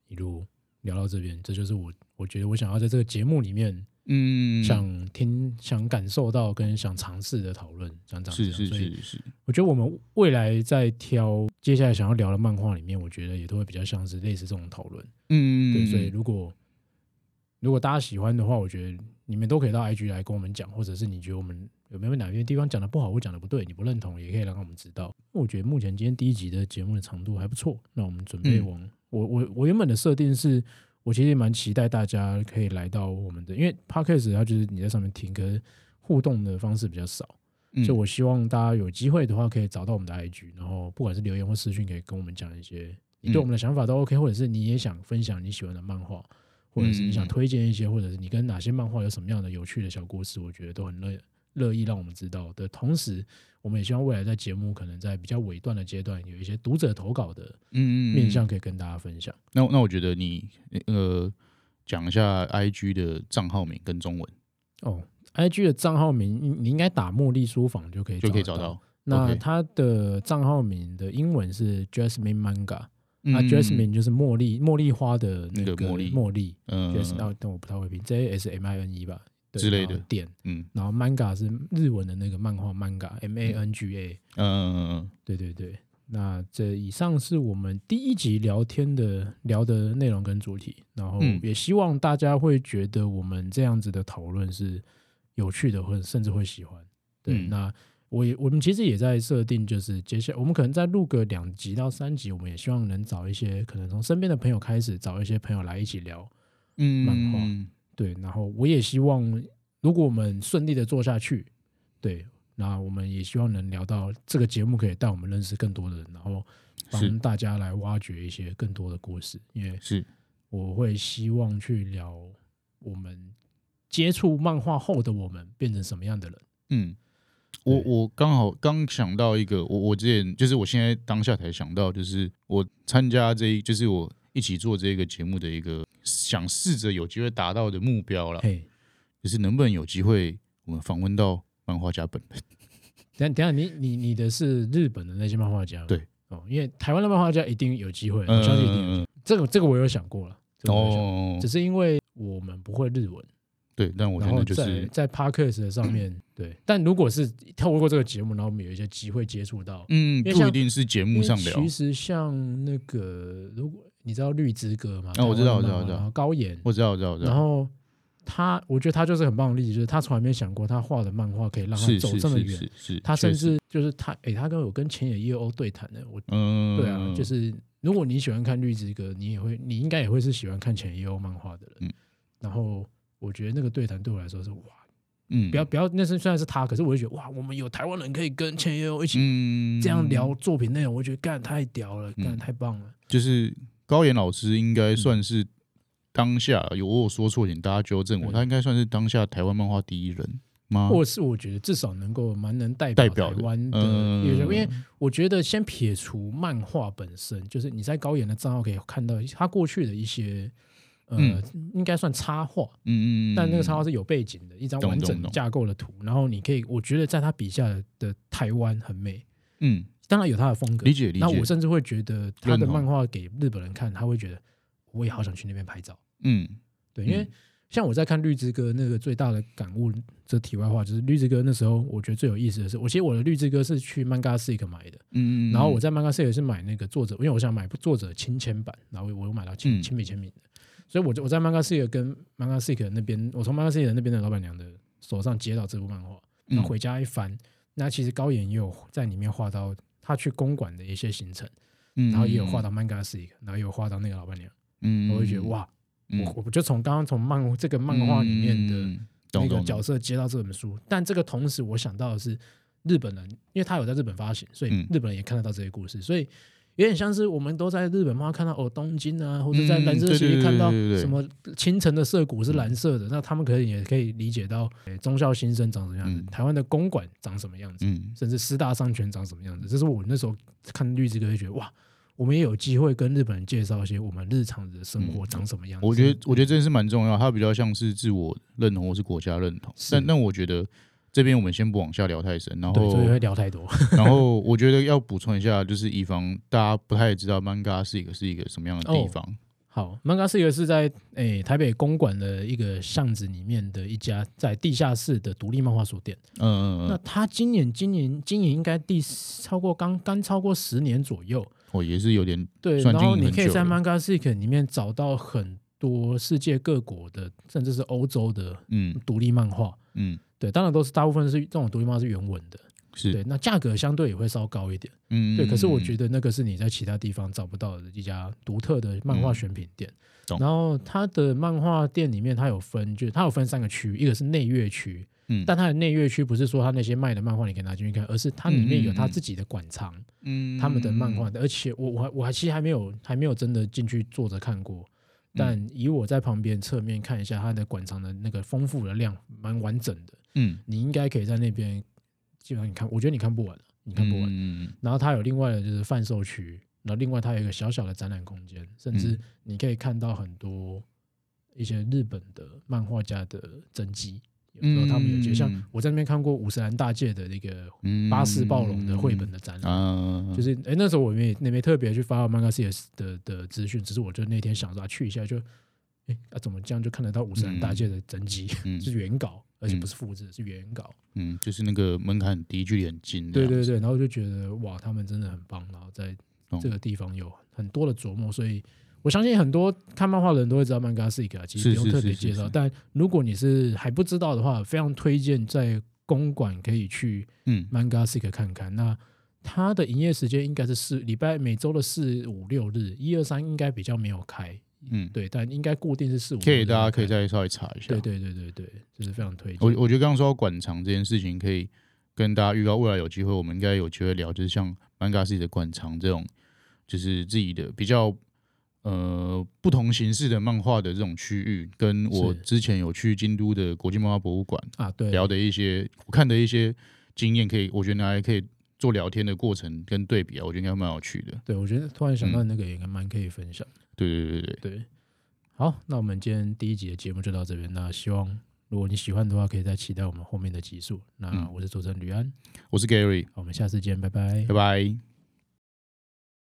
Speaker 1: 一路聊到这边，这就是我我觉得我想要在这个节目里面
Speaker 2: 嗯，
Speaker 1: 想听、想感受到跟想尝试的讨论，想讲
Speaker 2: 是是
Speaker 1: 啊所以
Speaker 2: 是是，
Speaker 1: 我觉得我们未来在挑接下来想要聊的漫画里面，我觉得也都会比较像是类似这种讨论。
Speaker 2: 嗯，
Speaker 1: 对，所以如果如果大家喜欢的话，我觉得你们都可以到 IG 来跟我们讲，或者是你觉得我们有没有哪边地方讲的不好或讲的不对，你不认同，也可以让我们知道。我觉得目前今天第一集的节目的长度还不错，那我们准备
Speaker 2: 嗯
Speaker 1: 往、我我我原本的设定是，我其实也蛮期待大家可以来到我们的，因为 podcast 它就是你在上面听，可是互动的方式比较少，
Speaker 2: 嗯
Speaker 1: 所以我希望大家有机会的话可以找到我们的 IG，然后不管是留言或私讯，可以跟我们讲一些你对
Speaker 2: 嗯
Speaker 1: 我们的想法都 OK，、或者是你也想分享你喜欢的漫画，或者是你
Speaker 2: 嗯嗯
Speaker 1: 想
Speaker 2: 嗯
Speaker 1: 推荐一些，或者是你跟哪些漫画有什么样的有趣的小故事，我觉得都很乐乐意让我们知道的。同时，我们也希望未来在节目可能在比较尾段的阶段，有一些读者投稿的
Speaker 2: 嗯嗯嗯
Speaker 1: 面向可以跟大家分享。
Speaker 2: 那那我觉得你呃讲一下 IG 的账号名跟中文
Speaker 1: 哦，IG 的账号名你你应该打“茉莉书房”就可以
Speaker 2: 就可以
Speaker 1: 得
Speaker 2: 找到。
Speaker 1: 那
Speaker 2: OK
Speaker 1: 它的账号名的英文是 Jasmine Manga，
Speaker 2: 嗯
Speaker 1: 啊，Jasmine 就是茉莉，茉莉花的那
Speaker 2: 那
Speaker 1: 个
Speaker 2: 个茉莉
Speaker 1: 茉莉
Speaker 2: 嗯
Speaker 1: j a s
Speaker 2: 嗯
Speaker 1: m 但我不太会拼，J S M I N E 吧对
Speaker 2: 之类的
Speaker 1: 然后点，
Speaker 2: 嗯
Speaker 1: 然后 Manga 是日文的那个漫画 Manga，M A N G A，
Speaker 2: 嗯嗯
Speaker 1: 对对对。那这以上是我们第一集聊天的聊的内容跟主题，然后
Speaker 2: 嗯
Speaker 1: 也希望大家会觉得我们这样子的讨论是有趣的，或者甚至会喜欢。对，
Speaker 2: 嗯
Speaker 1: 那我也我们其实也在设定，就是接下来我们可能再录个两集到三集，我们也希望能找一些可能从身边的朋友开始，找一些朋友来一起聊。
Speaker 2: 嗯
Speaker 1: 漫画
Speaker 2: 嗯
Speaker 1: 对，然后我也希望，如果我们顺利的做下去，对，那我们也希望能聊到这个节目，可以带我们认识更多的人，然后
Speaker 2: 是
Speaker 1: 帮大家来挖掘一些更多的故事。因为
Speaker 2: 是
Speaker 1: 我会希望去聊我们接触漫画后的我们变成什么样的人。
Speaker 2: 嗯。我
Speaker 1: 对
Speaker 2: 我刚好刚想到一个，我我之前就是我现在当下才想到，就是我参加这一，就是我一起做这个节目的一个想试着有机会达到的目标了，
Speaker 1: 嘿，
Speaker 2: 就是能不能有机会我们访问到漫画家本人。
Speaker 1: 等一下等一下，你你你的是日本的那些漫画家吗，
Speaker 2: 对
Speaker 1: 哦，因为台湾的漫画家一定有机会，我相信一定有。
Speaker 2: 嗯嗯嗯
Speaker 1: 这个这个我有想过了，这个我有想过
Speaker 2: 哦，
Speaker 1: 只是因为我们不会日文。
Speaker 2: 对，但我
Speaker 1: 然
Speaker 2: 觉
Speaker 1: 后
Speaker 2: 得就
Speaker 1: 在
Speaker 2: 是
Speaker 1: 在 podcast 的上面，对。但如果是透过这个节目，然后我们有一些机会接触到，
Speaker 2: 嗯，
Speaker 1: 因为
Speaker 2: 不
Speaker 1: 像
Speaker 2: 一定是节
Speaker 1: 因
Speaker 2: 目
Speaker 1: 为
Speaker 2: 上聊
Speaker 1: 其，实像那个，如果你知道绿之歌吗？
Speaker 2: 啊我知道
Speaker 1: 台湾的
Speaker 2: 我知
Speaker 1: 嘛
Speaker 2: 道我知道
Speaker 1: 然后高岩，
Speaker 2: 我知道，我知道，我知
Speaker 1: 然
Speaker 2: 道，
Speaker 1: 后他，我觉得他就是很棒的例子，就是他从来没想过他画的漫画可以让他
Speaker 2: 是
Speaker 1: 走
Speaker 2: 是
Speaker 1: 这么
Speaker 2: 是
Speaker 1: 远。
Speaker 2: 是是，
Speaker 1: 他甚
Speaker 2: 确实
Speaker 1: 至就是他，诶，他跟我跟前野叶欧对谈的，我
Speaker 2: 嗯，
Speaker 1: 对啊，就是如果你喜欢看绿之歌，你也会，你应该也会是喜欢看前野叶欧漫画的人。
Speaker 2: 嗯
Speaker 1: 然后我觉得那个对谈对我来说是哇。
Speaker 2: 嗯，
Speaker 1: 不要不要，那是虽然是他，可是我就觉得哇，我们有台湾人可以跟钱也有一起
Speaker 2: 嗯
Speaker 1: 这样，聊作品内容，我觉得干太屌了，干
Speaker 2: 嗯
Speaker 1: 太棒了。
Speaker 2: 就是高岩老师应
Speaker 1: 嗯
Speaker 2: 该算是当下有我有说错，请大家纠正我，
Speaker 1: 嗯
Speaker 2: 他应该算是当下台湾漫画第一人吗？
Speaker 1: 或是我觉得至少能够蛮能代
Speaker 2: 代
Speaker 1: 表
Speaker 2: 表
Speaker 1: 台
Speaker 2: 的
Speaker 1: 湾的
Speaker 2: 嗯
Speaker 1: 乐因为我觉得先撇除漫画本身，就是你在高岩的账号可以看到他过去的一些。呃，应该算插画，
Speaker 2: 嗯嗯嗯，
Speaker 1: 但那个插画是有背景的，一张
Speaker 2: 懂
Speaker 1: 完
Speaker 2: 懂
Speaker 1: 整
Speaker 2: 懂
Speaker 1: 架构的图。然后你可以，我觉得在他笔下的台湾很美，
Speaker 2: 嗯
Speaker 1: 当然有他的风格
Speaker 2: 理，解理
Speaker 1: 那我
Speaker 2: 解，
Speaker 1: 甚至会觉得他的
Speaker 2: 认同
Speaker 1: 漫画给日本人看，他会觉得我也好想去那边拍照。
Speaker 2: 嗯
Speaker 1: 对，因为
Speaker 2: 嗯
Speaker 1: 像我在看《绿之歌》那个最大的感悟，这题外话就是《绿之歌》那时候我觉得最有意思的是，我其实我的《绿之歌》是去 Manga Seek 买的，
Speaker 2: 嗯嗯，
Speaker 1: 然后我
Speaker 2: 再
Speaker 1: 在 Manga Seek 是买那个作者，因为我想买作者亲签版，然后我有买到亲
Speaker 2: 嗯
Speaker 1: 亲笔签名的，所以我就我在 Manga Seek 跟 Manga Seek 那边，我从 Manga Seek 那边的老板娘的手上接到这部漫画，
Speaker 2: 嗯
Speaker 1: 那回家一翻，那其实高岩也有在里面画到他去公馆的一些行程。然后也有画到，Manga s e 然后也有画到那个老板娘，
Speaker 2: 嗯，
Speaker 1: 我就觉得，哇，
Speaker 2: 嗯
Speaker 1: 我我就从刚刚从漫这个漫画里面的那个角
Speaker 2: 色，
Speaker 1: 色接到这本书，但这个同时我想到的是日本人，因为他有在日本发行，所以
Speaker 2: 嗯
Speaker 1: 日本人也看得到这些故事，所以。有点像是我们都在日本漫画看到哦东京啊，或者在
Speaker 2: 嗯
Speaker 1: 蓝色
Speaker 2: 对
Speaker 1: 系
Speaker 2: 对对
Speaker 1: 看到
Speaker 2: 对对对嗯
Speaker 1: 什么清晨的涩谷是蓝色的，那他们可能也可以理解到诶中校新生长什么样子
Speaker 2: 嗯，
Speaker 1: 台湾的公馆长什么样子，
Speaker 2: 嗯
Speaker 1: 甚至师大商圈长什么样子。这是我那时候看绿之歌就觉得哇，我们也有机会跟日本人介绍一些我们日常的生活长什么样子。
Speaker 2: 嗯
Speaker 1: 嗯
Speaker 2: 我觉得，我觉得这是蛮重要，它比较像是自我认同或是国家认同。
Speaker 1: 是
Speaker 2: 但但我觉得这边我们先不往下聊太深，然
Speaker 1: 对，所以
Speaker 2: 后
Speaker 1: 会聊太多。 *laughs*
Speaker 2: 然后我觉得要补充一下，就是以防大家不太知道 manga 是一个是一个什么样的地方。
Speaker 1: 哦好，Manga 是一个是在诶、台北公馆的一个巷子里面的一家在地下室的独立漫画书店。
Speaker 2: 嗯嗯
Speaker 1: 那
Speaker 2: 嗯，
Speaker 1: 他今年今年经营应该第十超过刚刚超过十年左右。
Speaker 2: 我哦也是有点
Speaker 1: 对，
Speaker 2: 算
Speaker 1: 然
Speaker 2: 经营
Speaker 1: 后
Speaker 2: 很久了
Speaker 1: 你可以在 Manga Seek 里面找到很多世界各国的，甚至是欧洲的
Speaker 2: 嗯
Speaker 1: 独立漫画。
Speaker 2: 嗯
Speaker 1: 对，当然都是大部分是这种独立漫画是原文的，
Speaker 2: 是
Speaker 1: 对，那价格相对也会稍高一点。
Speaker 2: 嗯，
Speaker 1: 对，可是我觉
Speaker 2: 得
Speaker 1: 得那个是你在其他地方找不到的一家独特的漫画选品店。
Speaker 2: 嗯懂
Speaker 1: 然后它的漫画店里面，它有分，就是它有分三个区，一个是内月区，
Speaker 2: 嗯
Speaker 1: 但它的内月区不是说它那些卖的漫画你可以拿进去看，而是它里面有
Speaker 2: 嗯嗯嗯
Speaker 1: 它自己的馆藏，
Speaker 2: 嗯
Speaker 1: 他们的漫画的，而且我我还我还其实还没有还没有真的进去坐着看过，
Speaker 2: 嗯
Speaker 1: 但以我在旁边侧面看一下它的馆藏的那个丰富的量，蛮完整的，
Speaker 2: 嗯
Speaker 1: 你应该可以在那边基本上你看，我觉得你看不完了，你看不完。
Speaker 2: 嗯
Speaker 1: 然后它有另外的就是贩售区，然后另外它有一个小小的展览空间，甚至
Speaker 2: 嗯
Speaker 1: 你可以看到很多一些日本的漫画家的真迹。有时候他们有些、
Speaker 2: 嗯
Speaker 1: 像我在那边看过五十岚大介的那个
Speaker 2: 嗯
Speaker 1: 巴士暴龙的绘本的展览，
Speaker 2: 啊，
Speaker 1: 就是哎那时候我们也也没特别去发到 Manga CS 的的资讯，只是我就那天想着、啊、去一下就，哎啊怎么这样就看得到五十岚大介的真迹、
Speaker 2: 嗯
Speaker 1: 是原稿，而且不是复制，是原稿。
Speaker 2: 嗯，就是那个门槛很低，距离很近这
Speaker 1: 对
Speaker 2: 样子。
Speaker 1: 对对，然后就觉得哇，他们真的很棒，然后在
Speaker 2: 懂
Speaker 1: 这个地方有很多的琢磨，所以我相信很多看漫画的人都会知道漫嘎是一个啊，其实
Speaker 2: 是
Speaker 1: 不用
Speaker 2: 是
Speaker 1: 特
Speaker 2: 是
Speaker 1: 别
Speaker 2: 是
Speaker 1: 介绍。
Speaker 2: 是
Speaker 1: 但如果你是还不知道的话，非常推荐在公馆可以去
Speaker 2: 嗯
Speaker 1: 漫嘎是一个看看。那它的营业时间应该是四礼拜，每周的四五六日，一二三应该比较没有开，
Speaker 2: 嗯，
Speaker 1: 对，但应该固定是四五。
Speaker 2: 可
Speaker 1: 六
Speaker 2: 以
Speaker 1: 日
Speaker 2: 大家可以
Speaker 1: 开
Speaker 2: 再稍微查一下。
Speaker 1: 对对对对对，这是非常推荐。
Speaker 2: 我我觉得刚刚说到馆藏这件事情，可以跟大家预告，未来有机会我们应该有机会聊，就是像 Manga City 的馆藏这种，就是自己的比较呃不同形式的漫画的这种区域，跟我
Speaker 1: 是
Speaker 2: 之前有去京都的国际漫画博物馆
Speaker 1: 啊，对，
Speaker 2: 聊的一些我看的一些经验，可以我觉得拿来可以做聊天的过程跟对比啊，我觉得应该蛮有趣的。
Speaker 1: 对，我觉得突然想到那个也蛮可以分享。
Speaker 2: 对对对对对，
Speaker 1: 对，好，那我们今天第一集的节目就到这边。那希望如果你喜欢的话，可以再期待我们后面的集数。那
Speaker 2: 嗯
Speaker 1: 我是主持人吕安，
Speaker 2: 我是 Gary，
Speaker 1: 好我们下次见，拜拜
Speaker 2: 拜。拜。